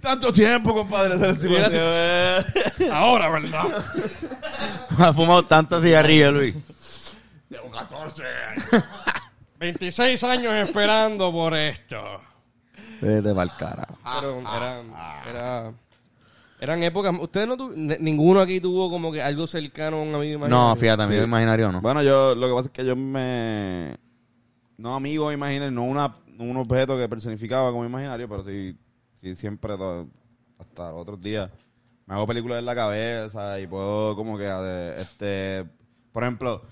Speaker 1: Tanto tiempo, compadre, se lo estoy
Speaker 4: Mira,
Speaker 1: haciendo.
Speaker 4: Ahora, ¿verdad?
Speaker 2: Ha fumado tanto cigarrillo, Luis.
Speaker 4: 26 años esperando por esto.
Speaker 2: Vete para el carajo.
Speaker 4: Pero
Speaker 2: ah,
Speaker 4: era, era- eran épocas. Ustedes no tu- ne- ninguno aquí tuvo como que algo cercano a un amigo imaginario?
Speaker 2: No, fíjate, amigo
Speaker 1: Sí.
Speaker 2: imaginario no.
Speaker 1: Bueno, yo lo que pasa es que yo me no amigo, imaginen, no una un objeto que personificaba como imaginario, pero sí sí siempre todo- hasta los otros días me hago películas en la cabeza y puedo como que eh, este por ejemplo,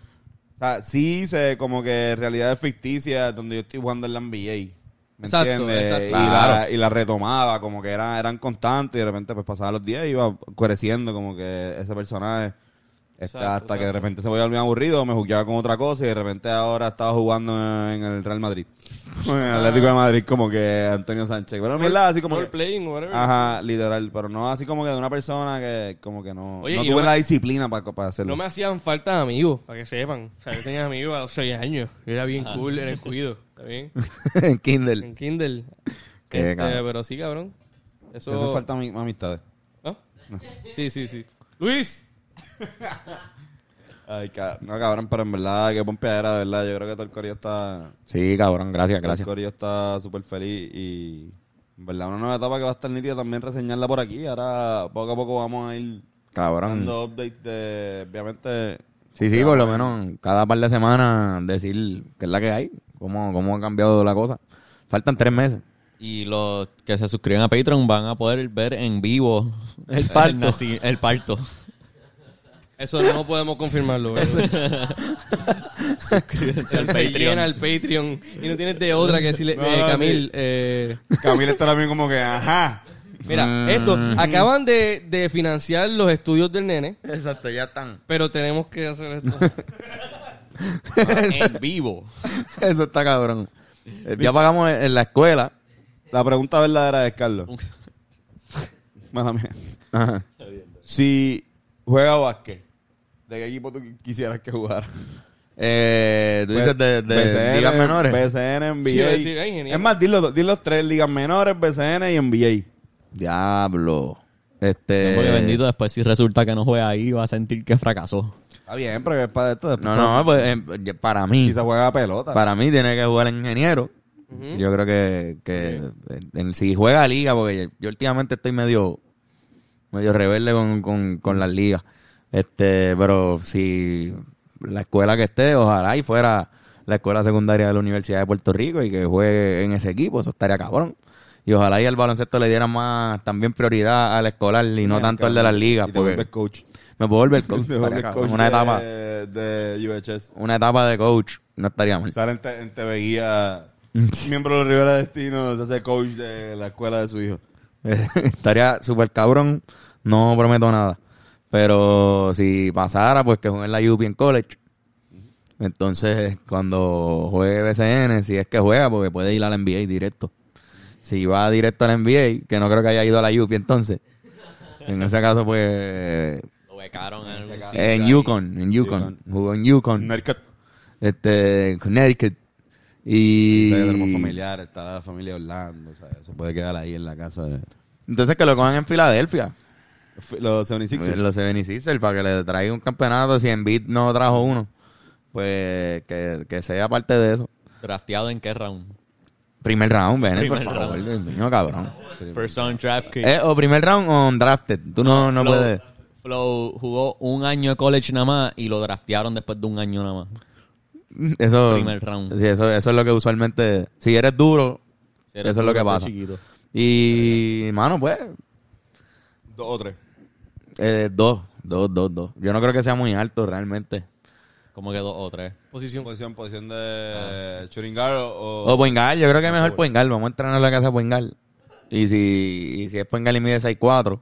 Speaker 1: o sea, sí hice como que realidades ficticias donde yo estoy jugando en la NBA. ¿Me
Speaker 4: Exacto,
Speaker 1: entiendes?
Speaker 4: exacto.
Speaker 1: Y, la,
Speaker 2: Claro.
Speaker 1: y la retomaba, como que eran, eran constantes y de repente pues pasaban los días y iba creciendo como que ese personaje. Está,
Speaker 4: Exacto,
Speaker 1: hasta que de
Speaker 4: exacto.
Speaker 1: repente se volvió bien aburrido, me jugueaba con otra cosa y de repente ahora estaba jugando en el Real Madrid. En el Atlético de Madrid, como que Antonio Sánchez. Pero en verdad, así como.
Speaker 4: Role
Speaker 1: que-
Speaker 4: playing, whatever.
Speaker 1: Ajá, literal. Pero no así como que de una persona que, como que no.
Speaker 4: Oye,
Speaker 1: no
Speaker 4: y
Speaker 1: tuve
Speaker 4: no me-
Speaker 1: la disciplina para, para hacerlo.
Speaker 4: No me hacían falta amigos, para que sepan. O sea, yo tenía amigos a los 6 años. Yo era bien cool en el cuido. ¿Está bien?
Speaker 2: en Kindle.
Speaker 4: En Kindle.
Speaker 2: Qué
Speaker 4: Este,
Speaker 2: cabrón.
Speaker 4: pero sí, cabrón. Eso.
Speaker 1: Te hacen falta ami- amistades.
Speaker 4: ¿Ah? Sí, sí, sí. Luis.
Speaker 1: Ay, ca- no, cabrón, pero en verdad, qué pompeadera, de verdad. Yo creo que todo el corillo está.
Speaker 2: Sí, cabrón, gracias,
Speaker 1: Todo el
Speaker 2: gracias.
Speaker 1: corillo está súper feliz y. En verdad, una nueva etapa que va a estar nítida también reseñarla por aquí. Ahora, poco a poco vamos a ir
Speaker 2: Cabrón.
Speaker 1: dando updates de. Obviamente.
Speaker 2: Sí, sí, por lo menos cada par de semanas decir qué es la que hay, cómo, cómo ha cambiado la cosa. Faltan tres meses.
Speaker 3: Y los que se suscriben a Patreon van a poder ver en vivo el
Speaker 2: parto.
Speaker 3: naci- el parto.
Speaker 4: Eso no podemos confirmarlo, ¿verdad?
Speaker 3: Suscríbanse
Speaker 4: Se
Speaker 3: al
Speaker 4: llena
Speaker 3: Patreon.
Speaker 4: el Patreon y no tienes de otra que decirle,
Speaker 1: No,
Speaker 4: eh,
Speaker 1: no,
Speaker 4: Camil,
Speaker 1: sí.
Speaker 4: eh,
Speaker 1: Camila está también como que, ajá.
Speaker 4: mira,
Speaker 1: Ah.
Speaker 4: esto, acaban de, de financiar los estudios del nene,
Speaker 2: Exacto, ya están.
Speaker 4: pero tenemos que hacer esto.
Speaker 3: En vivo.
Speaker 2: Eso está cabrón. Eh, Ya pagamos en en la escuela.
Speaker 1: La pregunta verdadera es, Carlos. Mala mía.
Speaker 2: Ajá.
Speaker 1: Si juega básquet, ¿de qué equipo tú qui- quisieras que jugara?
Speaker 2: Eh, tú
Speaker 1: Pues,
Speaker 2: dices de, de
Speaker 1: eh,
Speaker 2: ligas menores.
Speaker 1: BCN,
Speaker 4: Sí, iba
Speaker 1: NBA.
Speaker 4: a decir, ay, ingeniero.
Speaker 1: es más, di los, di los tres, ligas menores, BCN y NBA.
Speaker 2: Diablo. Este.
Speaker 3: Porque bendito, después si resulta que no juega ahí, va a sentir que fracasó.
Speaker 1: Está bien, pero es para esto. después
Speaker 2: No, no, pues eh, para mí.
Speaker 1: Quizá juega pelota.
Speaker 2: Para mí tiene que jugar ingeniero. Yo creo que, que en- si juega liga, porque yo últimamente estoy medio, medio rebelde con, con, con las ligas. Este, pero si la escuela que esté, ojalá y fuera la escuela secundaria de la Universidad de Puerto Rico y que juegue en ese equipo, eso estaría cabrón. Y ojalá y al baloncesto le diera más también prioridad al escolar y no
Speaker 1: Bien,
Speaker 2: tanto al de
Speaker 1: cabrón.
Speaker 2: las ligas.
Speaker 1: Y te vuelves
Speaker 2: Porque
Speaker 1: coach.
Speaker 2: me puedo volver coach.
Speaker 1: Te
Speaker 2: estaría
Speaker 1: vuelves
Speaker 2: cabrón.
Speaker 1: coach
Speaker 2: Una
Speaker 1: de,
Speaker 2: etapa,
Speaker 1: de UHS.
Speaker 2: una etapa de coach no estaría mal.
Speaker 1: Sale en, te, en TV Guía, miembro de los Rivera Destino, se hace coach de la escuela de su hijo.
Speaker 2: Estaría súper cabrón. No prometo nada. Pero si pasara, pues que juegue en la European College. Entonces, cuando juegue BCN, si es que juega, porque puede ir a la NBA directo. Si va directo a la NBA, que no creo que haya ido a la UPI entonces. En ese caso, pues...
Speaker 3: Lo becaron en algún sitio
Speaker 2: en
Speaker 3: ahí.
Speaker 2: Yukon, en Yukon. Jugó en Yukon.
Speaker 1: Nerdcat.
Speaker 2: Este, Connecticut. Y...
Speaker 1: O sea, que tenemos familiares, está la familia Orlando, o sea, se puede quedar ahí en la casa de...
Speaker 2: Entonces que lo cojan en Filadelfia.
Speaker 1: Los 76ers.
Speaker 2: Los 76ers, para que le traiga un campeonato. Si Embiid no trajo uno, pues que, que sea parte de eso.
Speaker 3: ¿Drafteado en qué round?
Speaker 2: Primer round, ven, por
Speaker 3: Primer
Speaker 2: favor,
Speaker 3: round.
Speaker 2: Dios mío, cabrón.
Speaker 3: First round draft kick.
Speaker 2: Eh, o primer round o undrafted. Tú no, no
Speaker 3: Flow-
Speaker 2: puedes.
Speaker 3: Flow jugó un año de college nada más y lo draftearon después de un año nada más.
Speaker 2: Eso,
Speaker 3: Primer round.
Speaker 2: sí, eso, eso es lo que usualmente. Si eres duro,
Speaker 3: Si eres
Speaker 2: eso es lo
Speaker 3: duro,
Speaker 2: que
Speaker 3: estás
Speaker 2: pasa.
Speaker 3: chiquito.
Speaker 2: Y, mano, pues,
Speaker 1: Dos o tres.
Speaker 2: eh, dos, dos, dos, dos. Yo no creo que sea muy alto realmente.
Speaker 3: Como que dos o tres.
Speaker 4: Posición.
Speaker 1: Posición, posición de Churingar o...
Speaker 2: O Poingal, yo creo que mejor Poingal. Vamos a entrar a la casa Poingal. Y si, y si pues es Poingal y mide 6'4,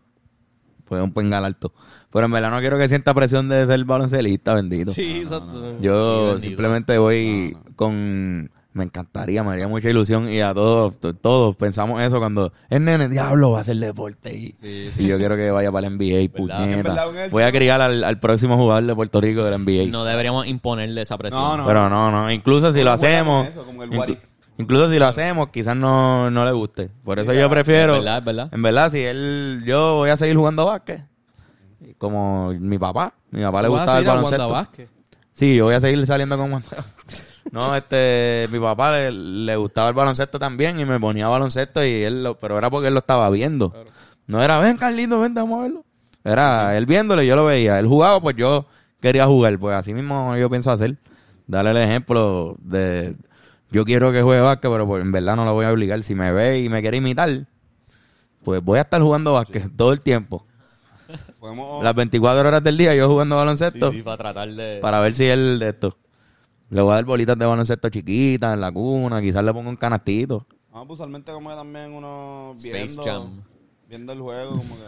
Speaker 2: Fue un pengal alto. Pero en verdad no quiero que sienta presión de ser baloncelista, bendito.
Speaker 4: Sí, exacto.
Speaker 2: Yo
Speaker 5: Sí, bendito.
Speaker 2: simplemente voy con... Me encantaría, me haría mucha ilusión y a todos, to- todos pensamos eso cuando es nene, diablo, va a hacer deporte y, y yo quiero que vaya para la NBA,
Speaker 1: En verdad, un
Speaker 2: puñeta.
Speaker 1: éxito.
Speaker 2: Voy a criar al, al próximo jugador de Puerto Rico de la NBA.
Speaker 3: No deberíamos imponerle esa presión.
Speaker 1: No, no.
Speaker 2: Pero no, no. Incluso si
Speaker 1: Uno
Speaker 2: lo
Speaker 1: juega con
Speaker 2: hacemos.
Speaker 1: eso, Ah. como el
Speaker 2: inclu-
Speaker 1: what if.
Speaker 2: Incluso si lo hacemos, quizás no, no le guste. Por eso yo prefiero.
Speaker 3: Es verdad, es verdad.
Speaker 2: En verdad, si él. Yo voy a seguir jugando básquet. Como mi papá. Mi papá le
Speaker 4: ¿Vas a
Speaker 2: gustaba el
Speaker 4: seguir a Wanda
Speaker 2: baloncesto.
Speaker 4: Vázquez?
Speaker 2: Sí, yo voy a seguir saliendo con Wanda. No, este. Mi papá le, le gustaba el baloncesto también y me ponía baloncesto y él. Lo, pero era porque él lo estaba viendo. No era, ven, Carlito, ven, vamos a verlo. Era él viéndolo y yo lo veía. Él jugaba, pues yo quería jugar. Pues así mismo yo pienso hacer. Darle el ejemplo de. Yo quiero que juegue básquet, pero pues, en verdad no lo voy a obligar. Si me ve y me quiere imitar, pues voy a estar jugando básquet todo el tiempo.
Speaker 1: Podemos...
Speaker 2: Las 24 horas del día yo jugando baloncesto
Speaker 3: para tratar de...
Speaker 2: para ver si él de esto. Le voy a dar bolitas de baloncesto chiquitas en la cuna, quizás le pongo un canastito.
Speaker 1: Ah, pues usualmente como que también uno
Speaker 3: Space
Speaker 1: viendo...
Speaker 3: Jam.
Speaker 1: Viendo el juego, como que...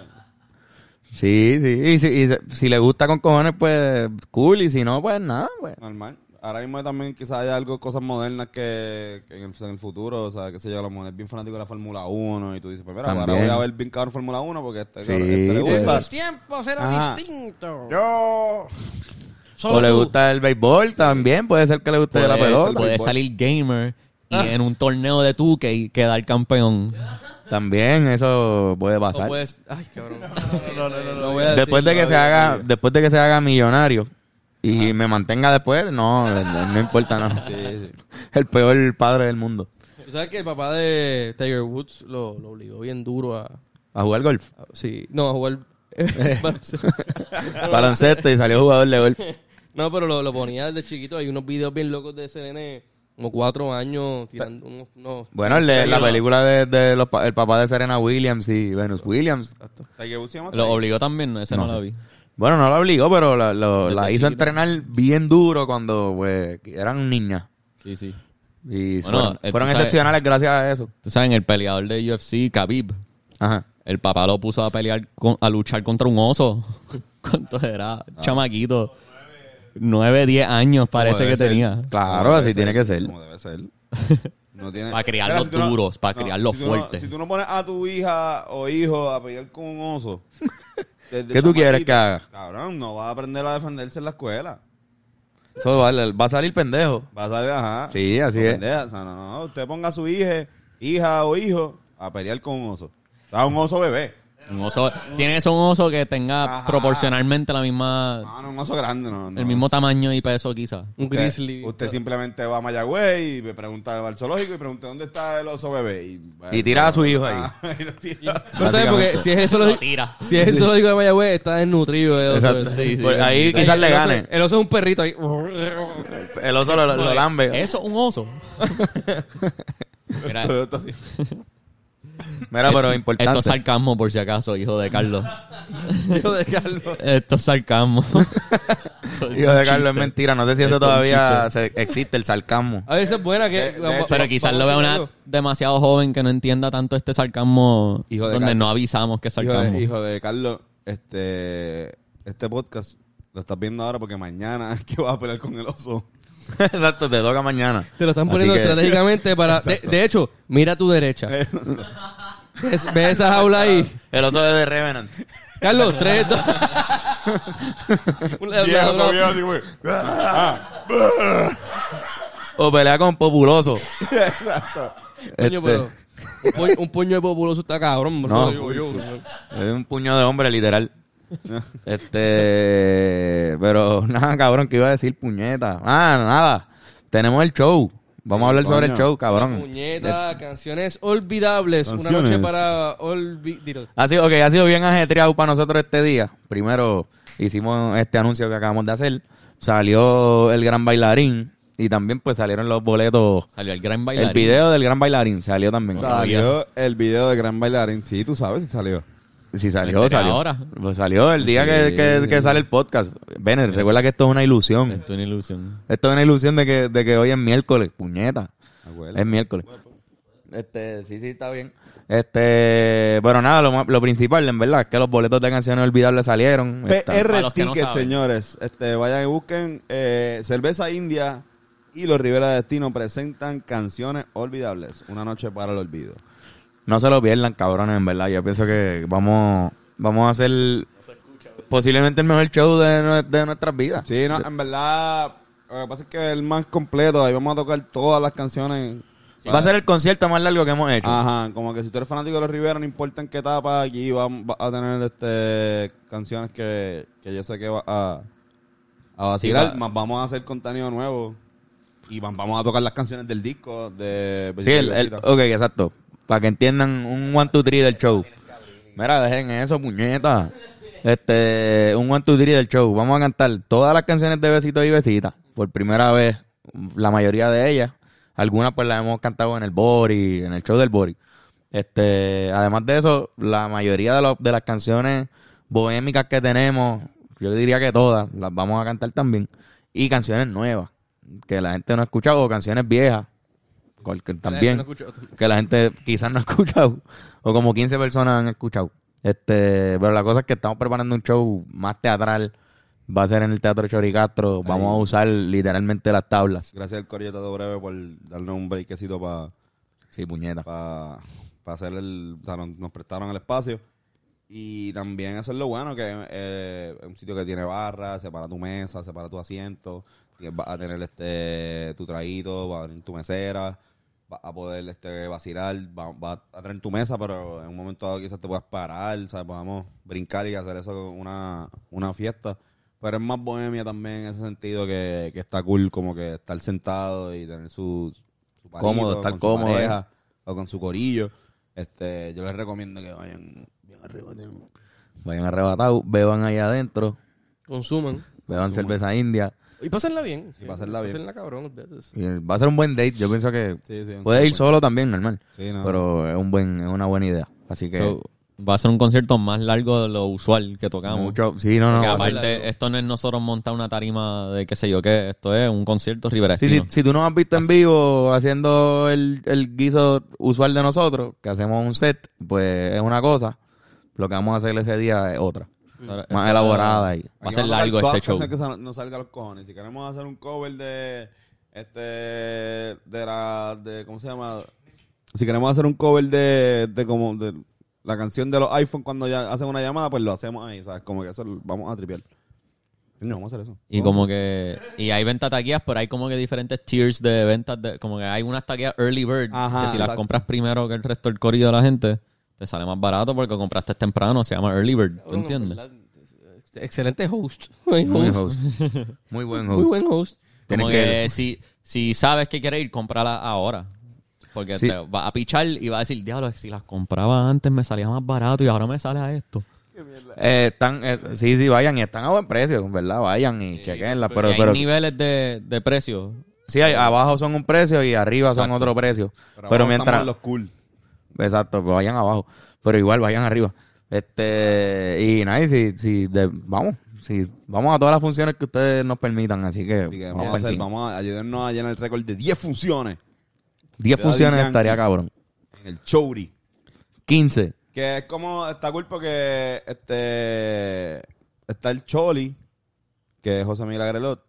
Speaker 2: Sí, sí, y si, y se- si le gusta con cojones, pues cool, y si no, pues nada, pues.
Speaker 1: Normal. Ahora mismo también quizás haya algo, cosas modernas que, que en, el, en el futuro, o sea, qué sé yo, la mujer es bien fanático de la Fórmula 1 y tú dices, pues mira, pues ahora
Speaker 2: También.
Speaker 1: voy a ver bien cabrón Fórmula 1 porque este,
Speaker 2: Sí,
Speaker 1: cabrón, este le
Speaker 2: pues.
Speaker 1: gusta.
Speaker 2: Los
Speaker 4: tiempos
Speaker 1: Ajá.
Speaker 4: distintos.
Speaker 1: Yo...
Speaker 2: o le gusta el béisbol también, puede ser que le guste la pelota.
Speaker 3: Puede salir gamer y en un torneo de 2K quedar campeón.
Speaker 2: También eso puede
Speaker 4: O
Speaker 2: pasar.
Speaker 4: puedes... Ay, cabrón.
Speaker 1: No, no, no, no.
Speaker 2: después de que se haga, después de que se haga millonario y me mantenga después, no, no importa no. El peor padre del mundo.
Speaker 4: ¿Tú sabes que el papá de Tiger Woods lo, lo obligó bien duro a...
Speaker 2: A jugar golf.
Speaker 4: a- sí, no, a jugar... baloncesto.
Speaker 2: Baloncesto y salió jugador de golf.
Speaker 4: no, pero lo, lo ponía desde chiquito. Hay unos videos bien locos de ese nene, como cuatro años, tirando unos... unos-
Speaker 2: Bueno, el de- la película de, de los pa- el papá de Serena Williams y Venus Williams.
Speaker 1: Tiger Woods se llama
Speaker 3: Lo obligó también, ¿no? Ese no, lo vi.
Speaker 2: Bueno, no la obligó, pero la, lo- la
Speaker 3: Desde
Speaker 2: hizo
Speaker 3: chiquita.
Speaker 2: entrenar bien duro cuando pues, eran niñas.
Speaker 3: Sí, sí.
Speaker 2: Y
Speaker 3: Bueno,
Speaker 2: fueron,
Speaker 3: eh,
Speaker 2: fueron
Speaker 3: tú sabes-
Speaker 2: excepcionales gracias a eso.
Speaker 3: Tú sabes, el peleador de UFC, Khabib,
Speaker 2: Ajá.
Speaker 3: el papá lo puso a pelear, con- a luchar contra un oso. ¿Cuánto era? Chamaquito. 9, 10 años parece
Speaker 1: debe
Speaker 3: que
Speaker 1: ser.
Speaker 3: tenía.
Speaker 2: Claro,
Speaker 1: Como
Speaker 2: así
Speaker 1: debe
Speaker 2: tiene que ser.
Speaker 1: Como debe ser. No tiene...
Speaker 3: Pa' criarlos
Speaker 1: Mira, tú no-
Speaker 3: duros, pa' criarlos
Speaker 1: si tú no-
Speaker 3: fuertes.
Speaker 1: si tú no pones a tu hija o hijo a pelear con un oso... desde
Speaker 2: ¿Qué tú quieres
Speaker 1: chamaquito,
Speaker 2: que haga?
Speaker 1: Cabrón, no va a aprender a defenderse en la escuela.
Speaker 2: Eso vale, va a salir pendejo.
Speaker 1: Va a salir, ajá.
Speaker 2: Sí, eh. así es.
Speaker 1: Pendeja, o sea, no, no, usted ponga a su hija, hija o hijo a pelear con un oso. O sea, un oso bebé.
Speaker 3: Un oso, tiene eso un oso que tenga
Speaker 1: Ajá.
Speaker 3: proporcionalmente la misma,
Speaker 1: Ah, no, un oso grande, no. no.
Speaker 3: el mismo tamaño y peso quizás.
Speaker 4: Un
Speaker 1: Usted-
Speaker 4: grizzly.
Speaker 1: Usted, simplemente va a Mayagüez y me pregunta al zoológico y pregunta dónde está el oso bebé. Y, bueno,
Speaker 2: Y tira a su hijo ahí.
Speaker 1: Ah, y lo tira.
Speaker 4: Pero está bien, porque
Speaker 2: Básicamente.
Speaker 4: si es eso
Speaker 3: Lo
Speaker 4: lo,
Speaker 3: tira.
Speaker 4: si es eso lo digo de Mayagüez, está desnutrido. eh, el oso
Speaker 2: Exacto.
Speaker 4: ese.
Speaker 2: Pues ahí
Speaker 4: Ey,
Speaker 2: quizás
Speaker 4: el
Speaker 2: le
Speaker 4: oso-
Speaker 2: gane.
Speaker 4: El oso es un perrito ahí.
Speaker 2: El oso lo,
Speaker 3: pues,
Speaker 2: lo lambe.
Speaker 3: Eso, un oso. Mira,
Speaker 1: Todo esto así.
Speaker 2: Mira, Ah, pero importante.
Speaker 3: esto es sarcasmo por si acaso, hijo de Carlos.
Speaker 4: Hijo de Carlos.
Speaker 3: Esto es sarcasmo.
Speaker 2: Hijo de Carlos, es mentira. No sé si eso
Speaker 3: Esto es un
Speaker 2: todavía se- existe, el sarcasmo.
Speaker 4: A veces es buena que.
Speaker 1: De- de hecho-
Speaker 3: Pero quizás
Speaker 4: vamos
Speaker 3: lo
Speaker 4: a
Speaker 3: vea
Speaker 4: hacer
Speaker 3: una
Speaker 4: algo.
Speaker 3: demasiado joven que no entienda tanto este sarcasmo
Speaker 1: Hijo de
Speaker 3: donde
Speaker 1: Carlos.
Speaker 3: no avisamos que es
Speaker 1: Hijo
Speaker 3: sarcasmo.
Speaker 1: de, hijo de Carlos, este, este podcast lo estás viendo ahora porque mañana es que vas a pelear con el oso.
Speaker 2: Exacto, te toca mañana.
Speaker 4: Te lo están
Speaker 2: Así
Speaker 4: poniendo
Speaker 2: que-
Speaker 4: estratégicamente para. De, de hecho, mira a tu derecha. Es- Ve esa jaula ahí.
Speaker 2: El oso es de Revenant.
Speaker 4: Carlos, tres, dos. Una-
Speaker 1: Viejo,
Speaker 4: una-
Speaker 1: todo viejo, así, güey.
Speaker 2: O pelea con Populoso. Este,
Speaker 4: Coño, pero. Un puño, un puño de populoso está cabrón. bro.
Speaker 2: No,
Speaker 4: Yo- yo-
Speaker 2: Es un puño de hombre, literal. este. Pero nada, cabrón, que iba a decir puñeta. Ah, nada. Tenemos el show. Vamos a hablar sobre el
Speaker 1: Coño.
Speaker 2: show, cabrón.
Speaker 4: Puñeta, canciones olvidables. Una noche
Speaker 1: Canciones.
Speaker 4: para olvidar.
Speaker 2: Este, Ha sido, ok, ha sido bien ajetreado para nosotros este día. Primero hicimos este anuncio que acabamos de hacer. Salió el gran bailarín. Y también pues salieron los boletos.
Speaker 3: Salió el gran bailarín.
Speaker 2: El video del gran bailarín salió también.
Speaker 1: Salió el video de Gran Bailarín. Sí, tú sabes si salió.
Speaker 2: Sí,
Speaker 3: Me
Speaker 2: salió,
Speaker 3: enteré
Speaker 2: salió.
Speaker 3: ahora.
Speaker 2: Pues salió el día que,
Speaker 1: Sí,
Speaker 2: que-
Speaker 1: sí.
Speaker 2: que sale el podcast. Ven, recuerda que esto es una ilusión.
Speaker 3: Esto es una ilusión.
Speaker 2: Esto es una ilusión de que, de que hoy es miércoles, puñeta.
Speaker 1: Abuela.
Speaker 2: Es miércoles. Este, sí, sí, está bien. Este, pero nada, lo, ma- lo principal, en verdad, es que los boletos de canciones olvidables salieron. Está-
Speaker 3: Para
Speaker 1: PR
Speaker 3: los que no
Speaker 1: Tickets,
Speaker 3: saben.
Speaker 1: señores. Este, vayan y busquen eh, Cerveza India y los Rivera Destino presentan canciones olvidables. Una noche para el olvido.
Speaker 2: No se lo pierdan, cabrones, en verdad. Yo pienso que vamos, vamos a hacer posiblemente el mejor show de, nue- de nuestras vidas.
Speaker 1: Sí, no, en verdad, lo que pasa es que el más completo, ahí vamos a tocar todas las canciones. Ah,
Speaker 2: Va a ser el concierto más largo que hemos hecho.
Speaker 1: Ajá, como que si tú eres fanático de los Rivera, no importa en qué etapa, aquí vas a tener este canciones que, que yo sé que va a, a vacilar.
Speaker 2: va-
Speaker 1: Más vamos a hacer contenido nuevo y va- vamos a tocar las canciones del disco. de
Speaker 2: Sí, el, el- ok, exacto. Para que entiendan un one, two, three del show. Mira, dejen eso, puñeta. Este, un one, two, three del show. Vamos a cantar todas las canciones de Besito y Besita. Por primera vez, la mayoría de ellas. Algunas pues las hemos cantado en el Bori, en el show del Bori. Este, además de eso, la mayoría de, los- de las canciones bohémicas que tenemos, yo diría que todas, las vamos a cantar también. Y canciones nuevas, que la gente no ha escuchado, o canciones viejas, cual- que también
Speaker 4: No escucho otro.
Speaker 2: que la gente quizás no ha escuchado o como 15 personas han escuchado. Este, pero la cosa es que estamos preparando un show más teatral. Va a ser en el Teatro Choricastro. Vamos a usar literalmente las tablas.
Speaker 1: Gracias al Corrieta de Breve por darnos un breakcito para
Speaker 2: Sí, puñeta.
Speaker 1: para hacer el. o sea, nos, nos prestaron el espacio. Y también eso es lo bueno, que eh, es un sitio que tiene barra, separa tu mesa, separa tu asiento, tienes- vas a tener este tu traguito, vas a tener tu mesera, vas a poder este vacilar, va- vas a tener tu mesa, pero en un momento dado quizás te puedas parar, o sea, podamos brincar y hacer eso una, una fiesta. Pero es más bohemia también en ese sentido que, que está cool, como que estar sentado y tener su, su
Speaker 2: Cómodo, estar
Speaker 1: con su
Speaker 2: cómodo, eh.
Speaker 1: pareja o con su corillo. Este, yo les recomiendo que vayan bien arriba. tío.
Speaker 2: Vayan arrebatados, beban ahí adentro,
Speaker 4: Consuman.
Speaker 2: beban cerveza india.
Speaker 4: Y pásenla bien.
Speaker 1: Y pásenla bien.
Speaker 4: Pásenla cabrón. ustedes.
Speaker 2: Y Va a ser un buen date. Yo pienso que
Speaker 1: Sí, sí, un
Speaker 2: puedes ir
Speaker 1: buen-
Speaker 2: solo también, normal.
Speaker 1: Sí, no.
Speaker 2: Pero es un buen, es una buena idea. Así que
Speaker 3: So, va a ser un concierto más largo de lo usual que tocamos.
Speaker 2: mucho. Sí, no, no.
Speaker 3: Porque
Speaker 2: va a ser-
Speaker 3: aparte, esto no es nosotros montar una tarima de qué sé yo qué, esto es un concierto Rivera
Speaker 2: Sí, sí,
Speaker 3: Estilo.
Speaker 2: si tú nos has visto en vivo haciendo el, el guiso usual de nosotros, que hacemos un set, pues es una cosa. Lo que vamos a hacer ese día es otra.
Speaker 3: Ahora, esto
Speaker 2: Más elaborada. Y...
Speaker 1: Aquí
Speaker 3: Va a ser
Speaker 1: van tocar
Speaker 3: largo
Speaker 1: todas
Speaker 3: este
Speaker 1: las
Speaker 3: show.
Speaker 1: canciones Que sal- no salga a los cojones. Si queremos hacer un cover de este de la de cómo se llama. Si queremos hacer un cover de, de como de la canción de los iPhone cuando ya hacen una llamada, pues lo hacemos ahí, ¿sabes? Como que eso lo- vamos a tripear. No, vamos a hacer eso.
Speaker 3: Y como que. Y hay ventas taquillas, pero hay como que diferentes tiers de ventas. de- como que hay unas taquillas early bird.
Speaker 1: Ajá,
Speaker 3: que si las
Speaker 1: exacto.
Speaker 3: compras primero que el resto del corillo de la gente, te sale más barato porque compraste temprano. Se llama early bird. ¿Tú
Speaker 4: Cabrón,
Speaker 3: entiendes?
Speaker 4: ¿verdad? Excelente host. Muy
Speaker 2: Muy,
Speaker 4: host.
Speaker 2: host. Muy buen host.
Speaker 4: Muy buen host.
Speaker 2: Tienes
Speaker 3: Como
Speaker 2: que-
Speaker 3: que, si, si sabes que quieres ir, comprala ahora. Porque
Speaker 2: Sí.
Speaker 3: te va a pichar y va a decir, diablo, si las compraba antes me salía más barato y ahora me sale a esto.
Speaker 2: Eh, están, eh, sí, sí, vayan y están a buen precio, ¿verdad? Vayan y chequenla. Pero,
Speaker 3: Porque hay
Speaker 2: pero
Speaker 3: niveles de, de precio.
Speaker 2: sí, hay- abajo son un precio y arriba son
Speaker 3: Exacto.
Speaker 2: otro precio. Pero,
Speaker 1: vamos, estamos
Speaker 2: mientras.
Speaker 1: en los cool.
Speaker 2: Exacto, pues vayan abajo. Pero igual vayan arriba. Este, y nada, y si, si de- vamos, si vamos a todas las funciones que ustedes nos permitan, así que,
Speaker 1: Así que
Speaker 2: vamos
Speaker 1: vamos,
Speaker 2: pa'
Speaker 1: a hacer,
Speaker 2: encima.
Speaker 1: vamos a ayudarnos a llenar el récord de 10 funciones
Speaker 2: 10
Speaker 1: Daddy
Speaker 2: funciones
Speaker 1: Yankee.
Speaker 2: estaría cabrón.
Speaker 1: en el Chowri.
Speaker 2: 15.
Speaker 1: Que es como, está cool porque este, está el Choli, que es José Miguel Agrelot,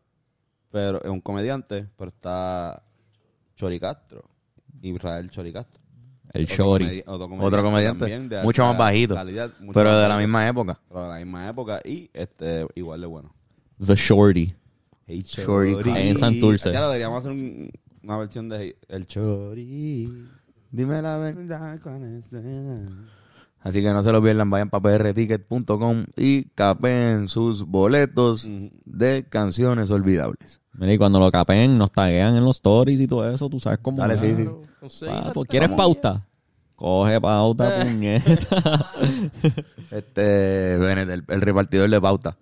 Speaker 1: pero es un comediante, pero está Chori Castro, Israel Chori Castro.
Speaker 3: El
Speaker 1: Otro
Speaker 3: shorty.
Speaker 1: comedi- otro
Speaker 2: Otro comediante.
Speaker 1: también de
Speaker 2: mucho
Speaker 1: alta
Speaker 2: más bajito.
Speaker 1: calidad, mucho
Speaker 2: pero
Speaker 1: más
Speaker 2: de la
Speaker 1: bajito,
Speaker 2: misma época.
Speaker 1: Pero de la misma época y este, igual de bueno.
Speaker 3: The Shorty.
Speaker 1: Hey,
Speaker 2: Chori
Speaker 1: Chori.
Speaker 3: Castro. En Santurce.
Speaker 1: Ya lo deberíamos hacer un- una versión de Hey- El Chori.
Speaker 2: Dime la verdad. Así que no se lo pierdan, vayan para prticket.com y capen sus boletos de canciones olvidables.
Speaker 3: Mira, y cuando lo capeen, nos taguean en los stories y todo eso, tú sabes cómo.
Speaker 2: Dale,
Speaker 3: es.
Speaker 2: sí, sí.
Speaker 4: Claro, conseguí
Speaker 3: Pato,
Speaker 4: la
Speaker 3: ¿Quieres
Speaker 4: taquilla.
Speaker 3: pauta? Coge
Speaker 2: Eh.
Speaker 3: pauta, puñeta.
Speaker 2: Este, Bennett, el, el repartidor de pauta.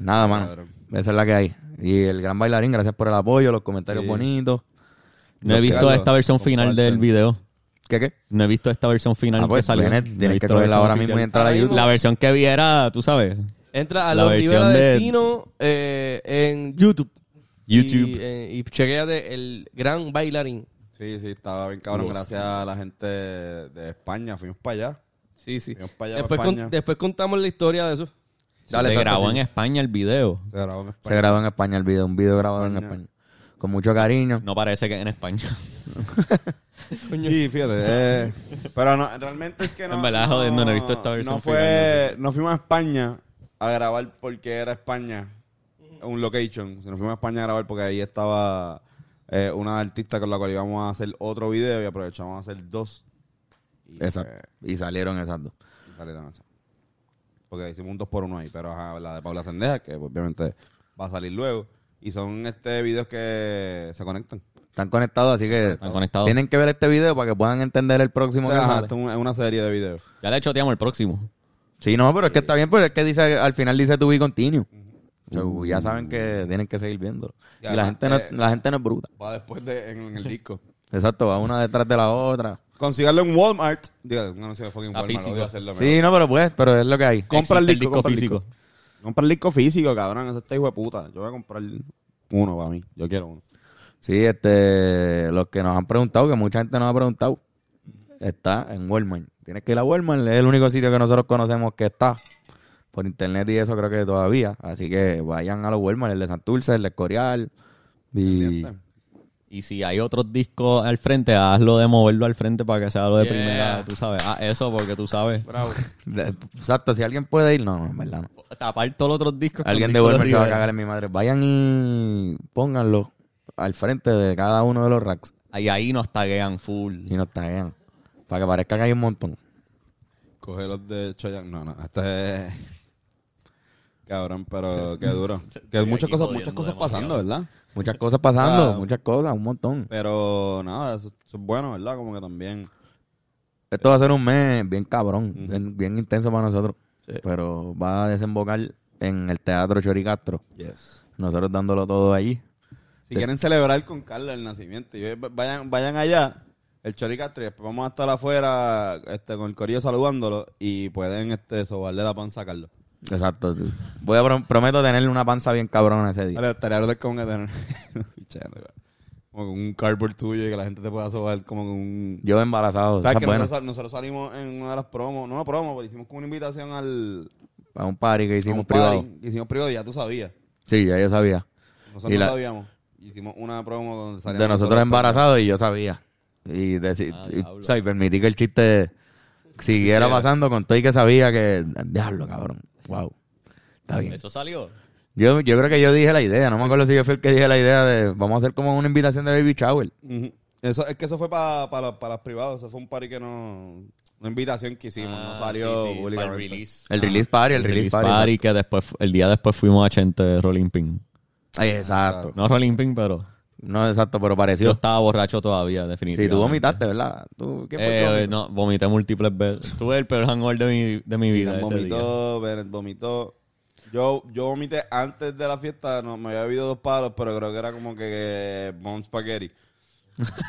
Speaker 2: Nada, mano.
Speaker 1: Cabrón.
Speaker 2: Esa es la que hay. Y el gran bailarín, gracias por el apoyo, los comentarios
Speaker 1: Sí.
Speaker 2: bonitos.
Speaker 3: No he
Speaker 1: Los
Speaker 3: visto
Speaker 1: Carlos
Speaker 3: esta versión final del
Speaker 1: comparten.
Speaker 3: video.
Speaker 2: ¿Qué qué?
Speaker 3: No he visto esta versión final
Speaker 2: Ah, pues,
Speaker 3: que salió.
Speaker 2: Bennett,
Speaker 3: No he
Speaker 2: tienes
Speaker 3: visto
Speaker 2: que cogerla
Speaker 3: versión
Speaker 2: ahora mismo y
Speaker 3: oficial.
Speaker 2: entrar a
Speaker 4: Ahora mismo.
Speaker 2: YouTube.
Speaker 3: La versión que vi era, tú sabes,
Speaker 4: Entra a
Speaker 3: La
Speaker 4: los
Speaker 3: versión
Speaker 4: Rivera
Speaker 3: de-
Speaker 4: Destino eh, en YouTube.
Speaker 3: YouTube.
Speaker 2: eh,
Speaker 4: Y, eh, y chequéate el gran bailarín.
Speaker 1: Sí, Sí, sí, estaba bien cabrón.
Speaker 3: Los-
Speaker 1: Gracias a la gente de España, fuimos para allá.
Speaker 4: Sí, sí.
Speaker 1: Fuimos para allá,
Speaker 4: Después,
Speaker 1: para
Speaker 4: con-
Speaker 1: España.
Speaker 4: después contamos la historia de eso.
Speaker 2: Dale,
Speaker 3: se
Speaker 2: exacto,
Speaker 3: grabó
Speaker 2: sí.
Speaker 3: en España el video.
Speaker 1: Se grabó en
Speaker 2: Se
Speaker 1: España.
Speaker 2: grabó en España el video, un video grabado en
Speaker 1: España.
Speaker 2: España. Con mucho cariño.
Speaker 3: No parece que en España.
Speaker 1: Sí, fíjate. eh, pero no, realmente es que no.
Speaker 3: En verdad, joder, no, no he visto esta versión
Speaker 1: No fue. Nos fuimos a España a grabar porque era España. Un location. O sea, Nos fuimos a España a grabar porque ahí estaba eh, una artista con la cual íbamos a hacer otro video y aprovechamos a hacer dos. Y,
Speaker 2: Exacto. Y salieron exacto.
Speaker 1: pues, salieron esas. Porque hicimos un dos por uno ahí. Pero ajá, la de Paula Sendeja, que obviamente va a salir luego. Y son este videos que se conectan.
Speaker 2: Están conectados, así que
Speaker 3: Están conectados.
Speaker 2: tienen que ver este video para que puedan entender el próximo
Speaker 1: O sea,
Speaker 2: que
Speaker 1: Este, ajá,
Speaker 2: sale.
Speaker 1: esto es una- es una serie de videos.
Speaker 3: Ya le choteamos el próximo.
Speaker 2: Sí, no, pero es que está bien, pero es que dice, al final dice to be continue. So, ya saben que tienen que seguir viéndolo. Y,
Speaker 1: Y
Speaker 2: la,
Speaker 1: además,
Speaker 2: gente no,
Speaker 1: eh,
Speaker 2: la gente no es bruta.
Speaker 1: Va después de, en- en el disco.
Speaker 2: Exacto, va una detrás de la otra.
Speaker 1: Consígalo en Walmart. Diga, no sé, fucking
Speaker 3: Ah,
Speaker 1: Walmart.
Speaker 3: físico.
Speaker 1: odio hacerlo,
Speaker 2: Sí, no, pero pues, pero es lo que hay.
Speaker 1: Compra el
Speaker 3: Existe
Speaker 1: disco, compra el disco. pero- Compra el disco físico, cabrón. Eso está hijo de puta. Yo voy a comprar uno para mí. Yo quiero uno.
Speaker 2: Sí, este, los que nos han preguntado, que mucha gente nos ha preguntado, está en Walmart. Tienes que ir a Walmart, es el único sitio que nosotros conocemos que está por internet y eso creo que todavía. Así que vayan a los Walmart, el de Santurce, el de Escorial. Y...
Speaker 3: Y si hay otros discos al frente, hazlo de moverlo al frente para que sea lo de
Speaker 4: Yeah.
Speaker 3: primera, tú sabes. Ah, eso porque tú sabes.
Speaker 4: Bravo.
Speaker 2: de- Exacto, si alguien puede ir, no, no, en verdad no.
Speaker 3: Tapar todos los otros discos. con
Speaker 2: Alguien de
Speaker 3: discos
Speaker 2: Walmart se va a
Speaker 3: Rivera.
Speaker 2: cagar en mi madre. Vayan y pónganlo al frente de cada uno de los racks
Speaker 3: Ahí, ahí nos taguean full.
Speaker 2: y nos taguean. Para que parezca que hay un montón.
Speaker 1: Coge los de Choyan. No, no. Este es... Cabrón, pero qué duro. Que muchas
Speaker 3: aquí
Speaker 1: cosas,
Speaker 3: jodiendo
Speaker 1: muchas cosas
Speaker 3: demasiado.
Speaker 1: pasando, ¿verdad?
Speaker 2: Muchas cosas pasando,
Speaker 1: Ah.
Speaker 2: muchas cosas, un montón.
Speaker 1: Pero nada, eso, eso es bueno, ¿verdad? Como que también.
Speaker 2: Esto va a ser un mes bien cabrón, bien, bien intenso para nosotros. Pero va a desembocar en el Teatro Choricastro.
Speaker 1: Yes.
Speaker 2: Nosotros dándolo todo allí.
Speaker 1: Si quieren celebrar con Carla el nacimiento, y ve- vayan, vayan allá, el Choricastro, y después vamos a estar afuera este, con el corillo saludándolo y pueden este, sobarle la panza a Carlos.
Speaker 2: Exacto. sí. Voy a prom- prometo tenerle una panza bien cabrona ese día.
Speaker 1: Vale, estaría brutal como que tener Pichando, güey. como con un cardboard tuyo y que la gente te pueda sobar como con un...
Speaker 2: Yo embarazado,
Speaker 1: ¿Sabes
Speaker 2: esa
Speaker 1: que
Speaker 2: es buena.
Speaker 1: nosotros, sal- nosotros salimos en una de las promos, no una promo, pero hicimos como una invitación al...
Speaker 2: A un party que
Speaker 1: a
Speaker 2: hicimos
Speaker 1: un party.
Speaker 2: privado.
Speaker 1: Hicimos privado y ya tú sabías.
Speaker 2: Sí, ya yo sabía.
Speaker 1: Nosotros
Speaker 2: Y
Speaker 1: no
Speaker 2: la-
Speaker 1: sabíamos. Hicimos una promo donde salíamos
Speaker 2: de nosotros embarazados y yo sabía. Y, deci-
Speaker 3: Ah,
Speaker 2: y,
Speaker 3: diablo.
Speaker 2: o sea, y permití que el chiste siguiera pasando con todo y que sabía que... Diablo, cabrón. Wow. Está bien.
Speaker 3: Eso salió.
Speaker 2: Yo, yo creo que yo dije la idea. No me acuerdo si yo fui el que dije la idea de... Vamos a hacer como una invitación de Baby Shower.
Speaker 1: Ujú. Eso, es que eso fue para para los privados, eso fue un party que no... Una invitación que hicimos,
Speaker 2: Ah,
Speaker 1: no salió
Speaker 3: Ah, sí, sí,
Speaker 1: públicamente.
Speaker 3: para el release.
Speaker 2: El release party, el,
Speaker 3: El
Speaker 2: release, party.
Speaker 3: que después, fu- el día después fuimos a Chente Rolling Pin.
Speaker 2: Ay, Exacto.
Speaker 3: No Rolling Pin, pero
Speaker 2: No, exacto, pero
Speaker 3: yo
Speaker 2: pareció.
Speaker 3: estaba borracho todavía, definitivamente.
Speaker 2: Sí, tú vomitaste, ¿verdad? ¿Tú, ¿Qué fue
Speaker 3: Eh,
Speaker 2: tu-
Speaker 3: eh, no, vomité múltiples veces. Tuve el peor hangover de mi, de mi vida.
Speaker 1: Irán
Speaker 3: ese día.
Speaker 1: vomitó, Bennett vomitó. Yo, yo vomité antes de la fiesta, no, me había bebido dos palos, pero creo que era como que Bon Spaghetti.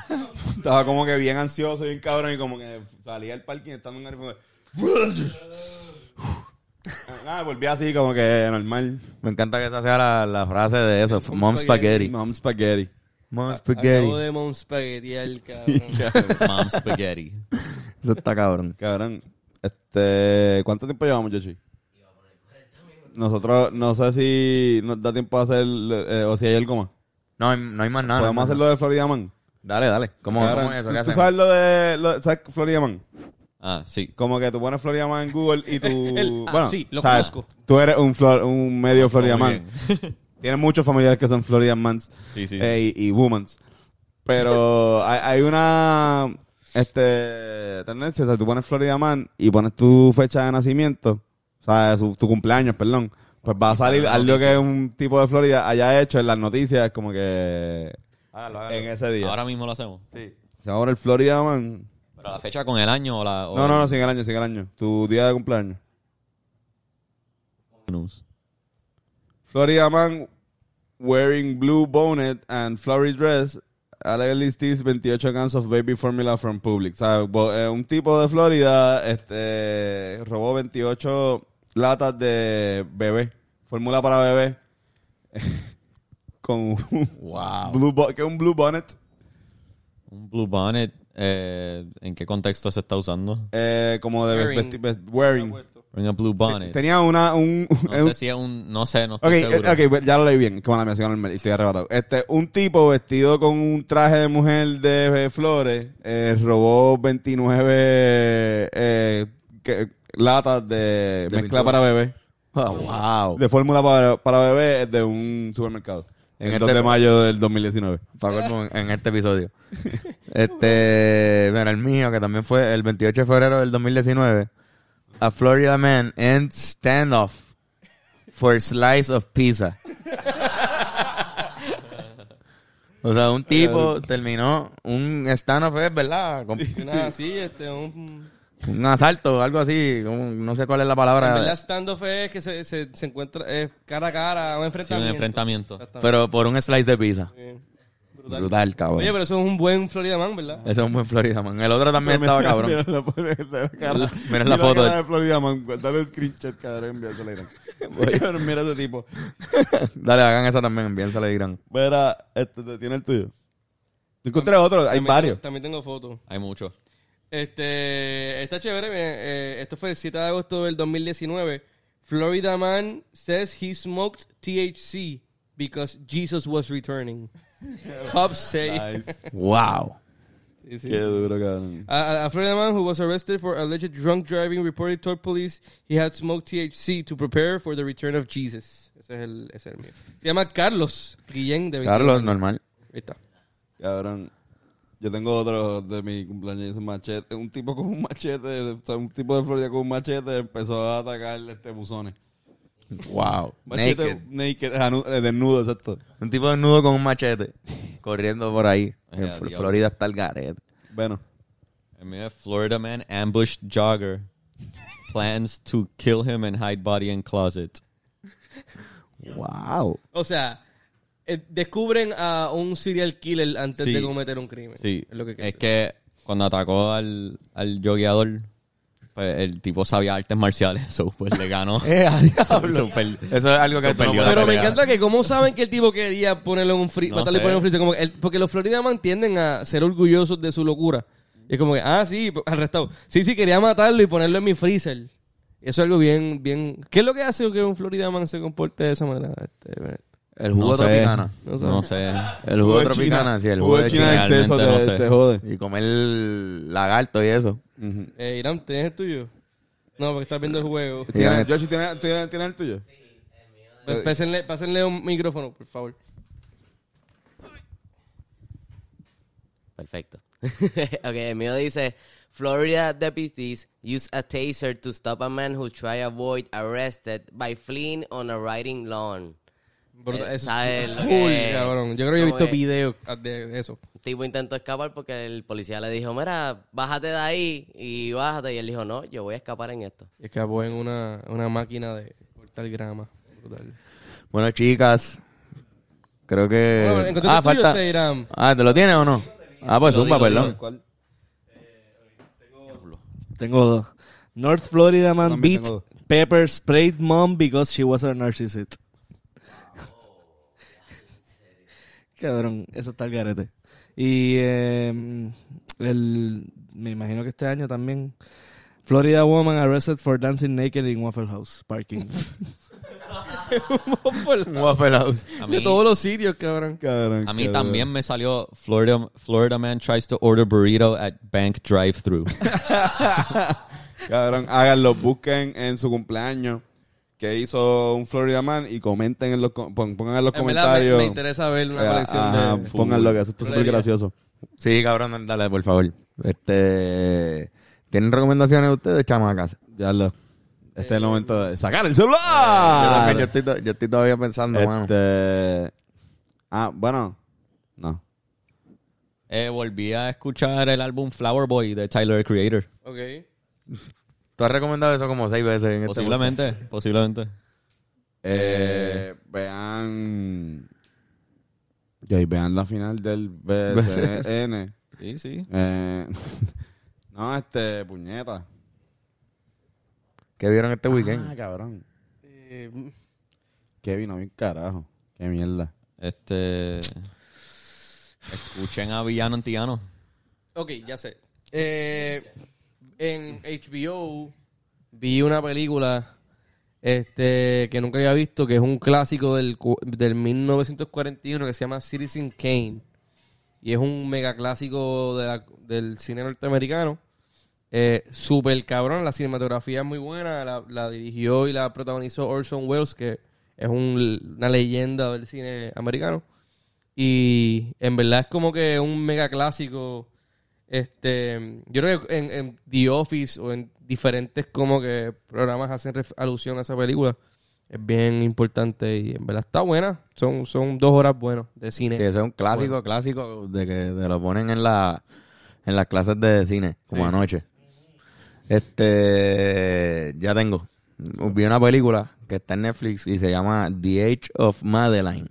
Speaker 1: Estaba como que bien ansioso, bien cabrón, y como que salía al parking estando en el como que- Nada, Ah, volví así como que normal.
Speaker 2: Me encanta que esa sea la, la frase de eso. Mom Spaghetti.
Speaker 1: Mom Spaghetti.
Speaker 2: Mom
Speaker 4: Acabo
Speaker 2: Spaghetti.
Speaker 4: de monspaguetear, cabrón.
Speaker 3: Mom Spaghetti.
Speaker 2: Eso está cabrón.
Speaker 1: Cabrón, este, ¿cuánto tiempo llevamos, Yoshi? Nosotros, no sé si nos da tiempo de hacer, eh, o si hay algo más.
Speaker 2: No, hay- Ah, no hay más nada.
Speaker 1: ¿Podemos
Speaker 2: no hay más
Speaker 1: hacer lo de Florida Man?
Speaker 2: nada. Dale, dale. ¿Cómo,
Speaker 1: Cabrón,
Speaker 2: cómo es eso?
Speaker 1: ¿tú-
Speaker 2: ¿Qué
Speaker 1: ¿Tú,
Speaker 2: hacemos?
Speaker 1: sabes lo de lo- ¿sabes Florida Man?
Speaker 3: Ah, sí.
Speaker 1: Como que tú pones Florida Man en Google y tú...
Speaker 4: El- ah,
Speaker 1: bueno,
Speaker 4: sí, lo
Speaker 1: sabes,
Speaker 4: conozco.
Speaker 1: Tú eres un, flor- un
Speaker 2: Ah,
Speaker 1: medio Florida
Speaker 3: Muy
Speaker 1: Man. Tienes muchos familiares que son Florida Mans
Speaker 3: Sí, sí.
Speaker 1: eh, y, y Womans. Pero hay, hay una este, tendencia, o sea, tú pones Florida Man y pones tu fecha de nacimiento, o sea, su- tu cumpleaños, perdón. Pues va a salir algo que un tipo de Florida haya hecho en las noticias como que
Speaker 3: Ah,
Speaker 1: en ese día.
Speaker 3: Ahora mismo lo hacemos.
Speaker 1: O sea, ahora el Florida Man...
Speaker 3: Pero la fecha con el año o la. o
Speaker 1: No, no, no, sin el año, sin el año. Tu día de cumpleaños.
Speaker 3: News.
Speaker 1: Florida man wearing blue bonnet and flowery dress allegedly steals 28 cans of baby formula from Publix. O sea, bo- eh, un tipo de Florida este, robó 28 latas de bebé, fórmula para bebé, con un
Speaker 2: Wow.
Speaker 1: blue bo- ¿qué es un blue bonnet.
Speaker 3: Un Blue Bonnet, eh, ¿en qué contexto se está usando?
Speaker 1: Eh, como de
Speaker 4: Wearing.
Speaker 1: vesti- vest- wearing.
Speaker 3: Un Blue Bonnet.
Speaker 1: Tenía una, un...
Speaker 3: No sé si es un. No sé, no
Speaker 1: Ok,
Speaker 3: estoy seguro.
Speaker 1: eh, ok, pues ya lo leí bien, como la mención normal, y estoy arrebatado. Este, un tipo vestido con un traje de mujer de eh, flores eh, robó 29 eh, que- latas de, mezcla
Speaker 2: pintura.
Speaker 1: para bebé,
Speaker 2: Ah, wow.
Speaker 1: de fórmula para, para bebé de un supermercado.
Speaker 2: En
Speaker 1: el
Speaker 2: este-
Speaker 1: 2 de mayo del 2019.
Speaker 2: Paco Hermón en este episodio. Este, bueno, el mío, que también fue el 28 de febrero del 2019. A Florida man ends standoff for slice of pizza. O sea, un tipo terminó un standoff, es verdad, Con
Speaker 4: Nada, sí, este, un...
Speaker 2: un asalto, algo así, como- no sé cuál es la
Speaker 4: En
Speaker 2: palabra.
Speaker 4: verdad, stand-off es que se, se, se encuentra eh, cara a cara, un
Speaker 3: Sí,
Speaker 4: enfrentamiento.
Speaker 3: un enfrentamiento.
Speaker 4: Exactamente.
Speaker 2: Pero por un slice de pizza.
Speaker 4: Bien. Brutal.
Speaker 2: Brutal, Ah. cabrón.
Speaker 4: Oye, pero eso es un buen Florida Man, ¿verdad?
Speaker 2: Ese es un buen Florida man. El otro también estaba cabrón.
Speaker 1: Mira la, la cara-
Speaker 2: Mira la foto.
Speaker 1: cara de Florida, man. Dale un screenshot, cabrón, envíasela a Irán. Cabrón, Mira ese tipo.
Speaker 2: Dale, hagan esa también, envíensela y dirán.
Speaker 1: Mira, este, te- tiene el tuyo. Yo encontré
Speaker 2: Em,
Speaker 1: otro, hay
Speaker 4: También
Speaker 1: varios.
Speaker 4: tengo- también tengo fotos.
Speaker 3: Hay muchos.
Speaker 4: Este, está chévere. miren, eh, esto fue el 7 de agosto del 2019. Florida man says he smoked THC because Jesus was returning. Cops say.
Speaker 1: Nice.
Speaker 2: Wow.
Speaker 4: Sí, sí.
Speaker 1: Qué duro, cabrón.
Speaker 4: A, a- a Florida man who was arrested for alleged drunk driving reported told police he had smoked THC to prepare for the return of Jesus. Ese es el, ese es el mío. Se llama Carlos Guillén de 21
Speaker 2: Carlos,
Speaker 4: años.
Speaker 2: normal.
Speaker 4: Ahí está.
Speaker 1: Cabrón. Yo tengo otro de mi cumpleaños, un machete. Un tipo con un machete, o sea, un tipo de Florida con un machete empezó a atacar este buzones.
Speaker 2: Wow.
Speaker 1: Machete
Speaker 2: Naked.
Speaker 1: naked, ajá, nu- eh, desnudo, exacto.
Speaker 2: Un tipo desnudo con un machete corriendo por ahí. En
Speaker 3: Ya,
Speaker 2: Fl-
Speaker 3: diablo.
Speaker 2: Florida está el garete.
Speaker 1: Bueno.
Speaker 3: El mío es Florida man ambushed jogger. Plans to kill him and hide body in closet.
Speaker 2: Wow.
Speaker 4: O sea, eh, descubren a un serial killer antes
Speaker 3: Sí.
Speaker 4: de cometer un crimen.
Speaker 3: Sí.
Speaker 4: Es lo que quiero
Speaker 3: es que cuando atacó al, al jogueador, pues, el tipo sabía artes marciales. So, pues le ganó.
Speaker 2: Eh, a diablo.
Speaker 3: So, per-
Speaker 2: Eso es algo que
Speaker 3: Eso
Speaker 2: tú no
Speaker 3: perdió la
Speaker 2: puedes-
Speaker 4: Pero me
Speaker 3: pelea.
Speaker 4: encanta que cómo saben que el tipo quería ponerlo en un freezer,
Speaker 3: No
Speaker 4: matarlo y
Speaker 3: sé.
Speaker 4: ponerlo en un freezer. Como que el- porque los Floridaman tienden a ser orgullosos de su locura. Y es como que, ah, sí, pues, arrestado. Sí, sí, quería matarlo y ponerlo en mi freezer. Eso es algo bien, bien... ¿Qué es lo que hace que un Floridaman se comporte de esa manera? Este, Bennett?
Speaker 2: El
Speaker 3: no
Speaker 2: jugo
Speaker 3: sé,
Speaker 2: tropicana.
Speaker 4: No sé.
Speaker 3: no sé.
Speaker 2: El jugo tropicana, sí, el jugo de
Speaker 1: China en
Speaker 2: China.
Speaker 1: exceso te,
Speaker 3: Realmente no sé.
Speaker 1: te jode.
Speaker 2: Y comer lagarto y eso.
Speaker 4: eh, Irán, ¿tienes el tuyo? No, porque estás viendo el juego.
Speaker 1: ¿Tienes, Yoshi, ¿tienes, tienes, tienes el tuyo?
Speaker 4: Pues, Pásenle, pásenle un micrófono, por favor.
Speaker 6: Perfecto. ok, el mío dice, Florida deputies use a taser to stop a man who try avoid arrested by fleeing on a riding lawn.
Speaker 4: Bro,
Speaker 6: Eh,
Speaker 4: eso
Speaker 6: ¿sabes
Speaker 4: es
Speaker 6: lo
Speaker 4: full,
Speaker 6: que-
Speaker 4: cabrón. Yo creo que yo he visto
Speaker 6: cómo es?
Speaker 4: videos ah, de eso.
Speaker 6: El tipo intentó escapar porque el policía le dijo, mira, bájate de ahí y bájate. Y él dijo, no, yo voy a escapar en esto.
Speaker 4: Escapó en una, una máquina de cortar grama. Brutal.
Speaker 2: Bueno, chicas. Creo que.
Speaker 7: Eh,
Speaker 4: Bueno, encontré
Speaker 7: ah,
Speaker 4: el tuyo, este, Irán.
Speaker 2: Ah, ¿te lo tienes o no? Ah, pues zumba, perdón.
Speaker 1: ¿Cuál?
Speaker 7: Tengo dos. North Florida man
Speaker 1: También
Speaker 7: beat
Speaker 1: tengo dos.
Speaker 7: pepper sprayed mom because she was a narcissist. Cabrón, eso está el garete. Y eh, el, me imagino que este año también. Florida woman arrested for dancing naked in Waffle House parking.
Speaker 2: Waffle House.
Speaker 3: A
Speaker 4: De
Speaker 3: mí,
Speaker 4: todos los sitios, cabrón.
Speaker 1: Cabrón,
Speaker 3: a mí
Speaker 1: qué duro.
Speaker 3: también me salió Florida, Florida man tries to order burrito at bank drive-thru.
Speaker 1: Cabrón, háganlo, busquen en su cumpleaños que hizo un Florida Man y comenten en los co- pon- pongan en los
Speaker 4: En verdad, me,
Speaker 1: comentarios.
Speaker 4: me interesa ver una
Speaker 1: Eh,
Speaker 4: colección
Speaker 1: ajá,
Speaker 4: de...
Speaker 1: pónganlo que eso está
Speaker 4: Florida.
Speaker 1: súper gracioso.
Speaker 2: Sí, cabrón, dale, por favor. Este. ¿Tienen recomendaciones ustedes, chamacas?
Speaker 1: Ya lo. Este es el momento de sacar el
Speaker 2: Yo creo que Yo
Speaker 1: celular.
Speaker 2: estoy, to- yo estoy todavía pensando, mano.
Speaker 1: Este Ah, bueno. No.
Speaker 3: Eh, volví a escuchar el álbum Flower Boy de Tyler, the Creator.
Speaker 4: Ok.
Speaker 2: Tú has recomendado eso como seis veces en este
Speaker 3: Posiblemente, posiblemente.
Speaker 1: Eh, vean y ahí vean la final del BCN.
Speaker 3: Sí, sí.
Speaker 1: Eh, no, este puñeta.
Speaker 2: podcast. ¿Qué vieron este weekend?
Speaker 1: Ah, cabrón.
Speaker 4: Eh,
Speaker 1: Kevin, no vi un carajo. Qué mierda.
Speaker 3: Este. Escuchen a Villano Antiano.
Speaker 4: Ok, ya sé. Eh, en HBO vi una película este, que nunca había visto, que es un clásico del, cu- del 1941 que se llama Citizen Kane. Y es un mega clásico de la- del cine norteamericano. Eh, super cabrón, la cinematografía es muy buena. La, la dirigió y la protagonizó Orson Welles, que es un- una leyenda del cine americano. Y en verdad es como que un mega clásico. Este, yo creo que en, en The Office o en diferentes como que programas hacen ref- alusión a esa película. Es bien importante y en verdad está buena. Son, son dos horas buenas de cine.
Speaker 2: Sí, eso es un clásico, clásico de que te lo ponen en la en las clases de cine, como anoche. Este, ya tengo. Vi una película que está en Netflix y se llama The Age of Madeline.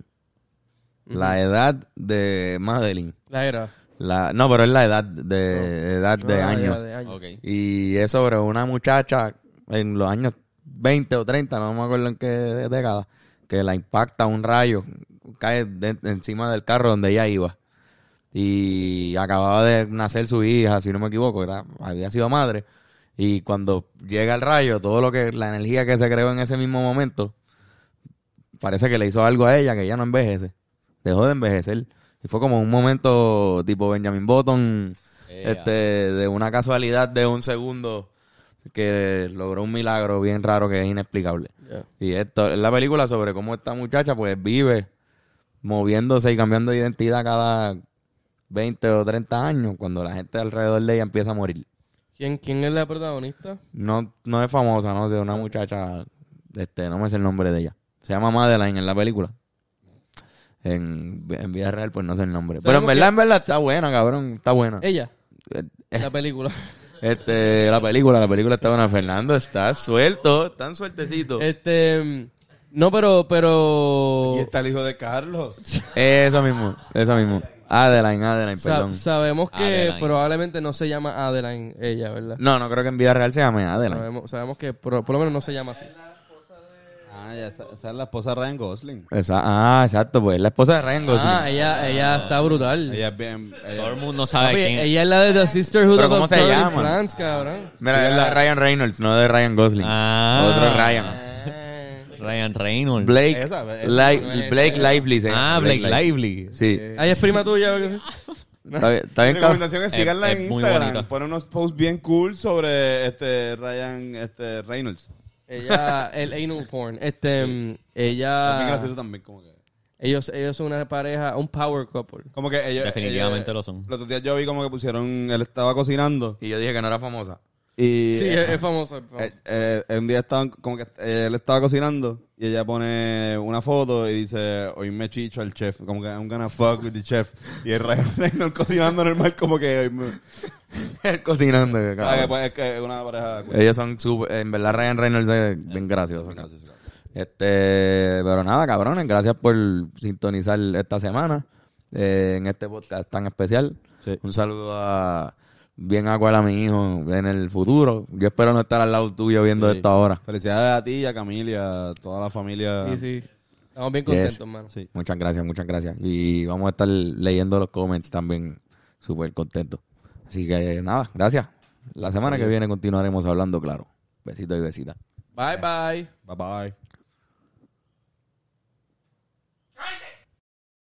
Speaker 2: La edad de Madeline.
Speaker 4: La era.
Speaker 2: La, no, pero es la edad de edad de
Speaker 4: Ah,
Speaker 2: años.
Speaker 4: ya, de años.
Speaker 5: Ok.
Speaker 2: Y es sobre una muchacha en los años 20 o 30, no me acuerdo en qué década, que la impacta un rayo, cae de- encima del carro donde ella iba. Y acababa de nacer su hija, si no me equivoco, era, había sido madre. Y cuando llega el rayo, todo lo que, la energía que se creó en ese mismo momento, parece que le hizo algo a ella que ella no envejece. Dejó de envejecer. Y fue como un momento tipo Benjamin Button, este, de una casualidad de un segundo que logró un milagro bien raro que es inexplicable. Y esto es la película sobre cómo esta muchacha pues vive moviéndose y cambiando de identidad cada 20 o 30 años cuando la gente alrededor de ella empieza a morir.
Speaker 4: ¿Quién, ¿Quién es la protagonista?
Speaker 2: No, no es famosa, no sé, una muchacha, este, no me sé el nombre de ella. Se llama Madeline en la película. En, en vida real, pues no sé el nombre. Pero en
Speaker 4: Sabemos
Speaker 2: verdad, en verdad, está buena, cabrón. Está buena.
Speaker 4: Ella,
Speaker 2: Eh, eh,
Speaker 4: la película.
Speaker 2: Este, la película, la película está buena. Fernando está suelto, tan sueltecito.
Speaker 4: este, no, pero, pero
Speaker 1: Y está el hijo de Carlos.
Speaker 2: Eso mismo, eso mismo. Adeline, Adeline,
Speaker 4: sa-
Speaker 2: perdón.
Speaker 4: sabemos que
Speaker 5: Adeline.
Speaker 4: probablemente no se llama Adeline ella, ¿verdad?
Speaker 2: No, no creo que en vida real se llame Adeline.
Speaker 4: Sabemos, sabemos que pro- por lo menos no se llama así.
Speaker 1: Ah, ya, esa, esa es la esposa de Ryan Gosling.
Speaker 2: Esa- ah, exacto, pues es la esposa de Rengo.
Speaker 4: Ah, ella, ella está brutal.
Speaker 1: Ella es bien.
Speaker 5: Todo
Speaker 1: Ella,
Speaker 5: el mundo sabe
Speaker 4: Papi,
Speaker 5: quién es.
Speaker 4: ella es la de The Sisterhood
Speaker 2: ¿Pero
Speaker 4: of
Speaker 2: cómo se
Speaker 4: Absurd
Speaker 2: llama?
Speaker 4: Plants, cabrón.
Speaker 2: Mira, es la de Ryan Reynolds, no de Ryan Gosling.
Speaker 5: Ah.
Speaker 2: Otro Ryan.
Speaker 4: Eh.
Speaker 5: Ryan Reynolds.
Speaker 2: Blake,
Speaker 1: Esa, esa.
Speaker 2: Li- Blake Lively se llama,
Speaker 5: ah, Blake Lively.
Speaker 2: Sí.
Speaker 4: Ahí es prima tuya. ¿verdad?
Speaker 2: Está bien, está
Speaker 1: mi
Speaker 2: bien, cabrón.
Speaker 1: Eh, recomendación es
Speaker 5: Es-
Speaker 1: síganla
Speaker 5: es
Speaker 1: en
Speaker 5: muy
Speaker 1: Instagram.
Speaker 5: bonita.
Speaker 1: Pone unos posts bien cool sobre este Ryan este, Reynolds.
Speaker 4: Ella, el anal porn. Este, mm,
Speaker 1: Es bien gracioso
Speaker 4: ella,
Speaker 1: también, como que.
Speaker 4: ellos, ellos son una pareja, un power couple.
Speaker 1: Como que ellos.
Speaker 5: Definitivamente
Speaker 1: ellos-
Speaker 5: lo son.
Speaker 1: Los otros días yo vi como que pusieron. Él estaba cocinando.
Speaker 2: Y yo dije que no era famosa.
Speaker 1: Y.
Speaker 4: Sí, es, es famoso. es famoso.
Speaker 1: eh, eh, eh, un día estaban como que eh, él estaba cocinando y ella pone una foto y dice hoy me chicho al chef como que I'm gonna fuck with the chef y el Ryan Reynolds cocinando normal como que hoy me-
Speaker 2: Cocinando,
Speaker 1: Ah, que,
Speaker 2: cabrón.
Speaker 1: pues, es que es una pareja
Speaker 2: Ellos son súper... En verdad, Ryan Reynolds es Eh, bien gracioso. cabrón. Este, pero nada, cabrones, gracias por sintonizar esta semana eh, en este podcast tan especial. Un saludo a bien a cual a mi hijo en el futuro. Yo espero no estar al lado tuyo viendo
Speaker 1: Sí.
Speaker 2: esto ahora.
Speaker 1: Felicidades a ti y a Camila, a toda la familia.
Speaker 4: Sí, sí. Estamos bien contentos, hermano.
Speaker 1: Sí.
Speaker 2: Muchas gracias, muchas gracias. Y vamos a estar leyendo los comments también, súper contento. Así que nada, gracias. La semana que viene continuaremos hablando, claro. Besitos y besitas.
Speaker 4: Bye, bye.
Speaker 1: Bye bye.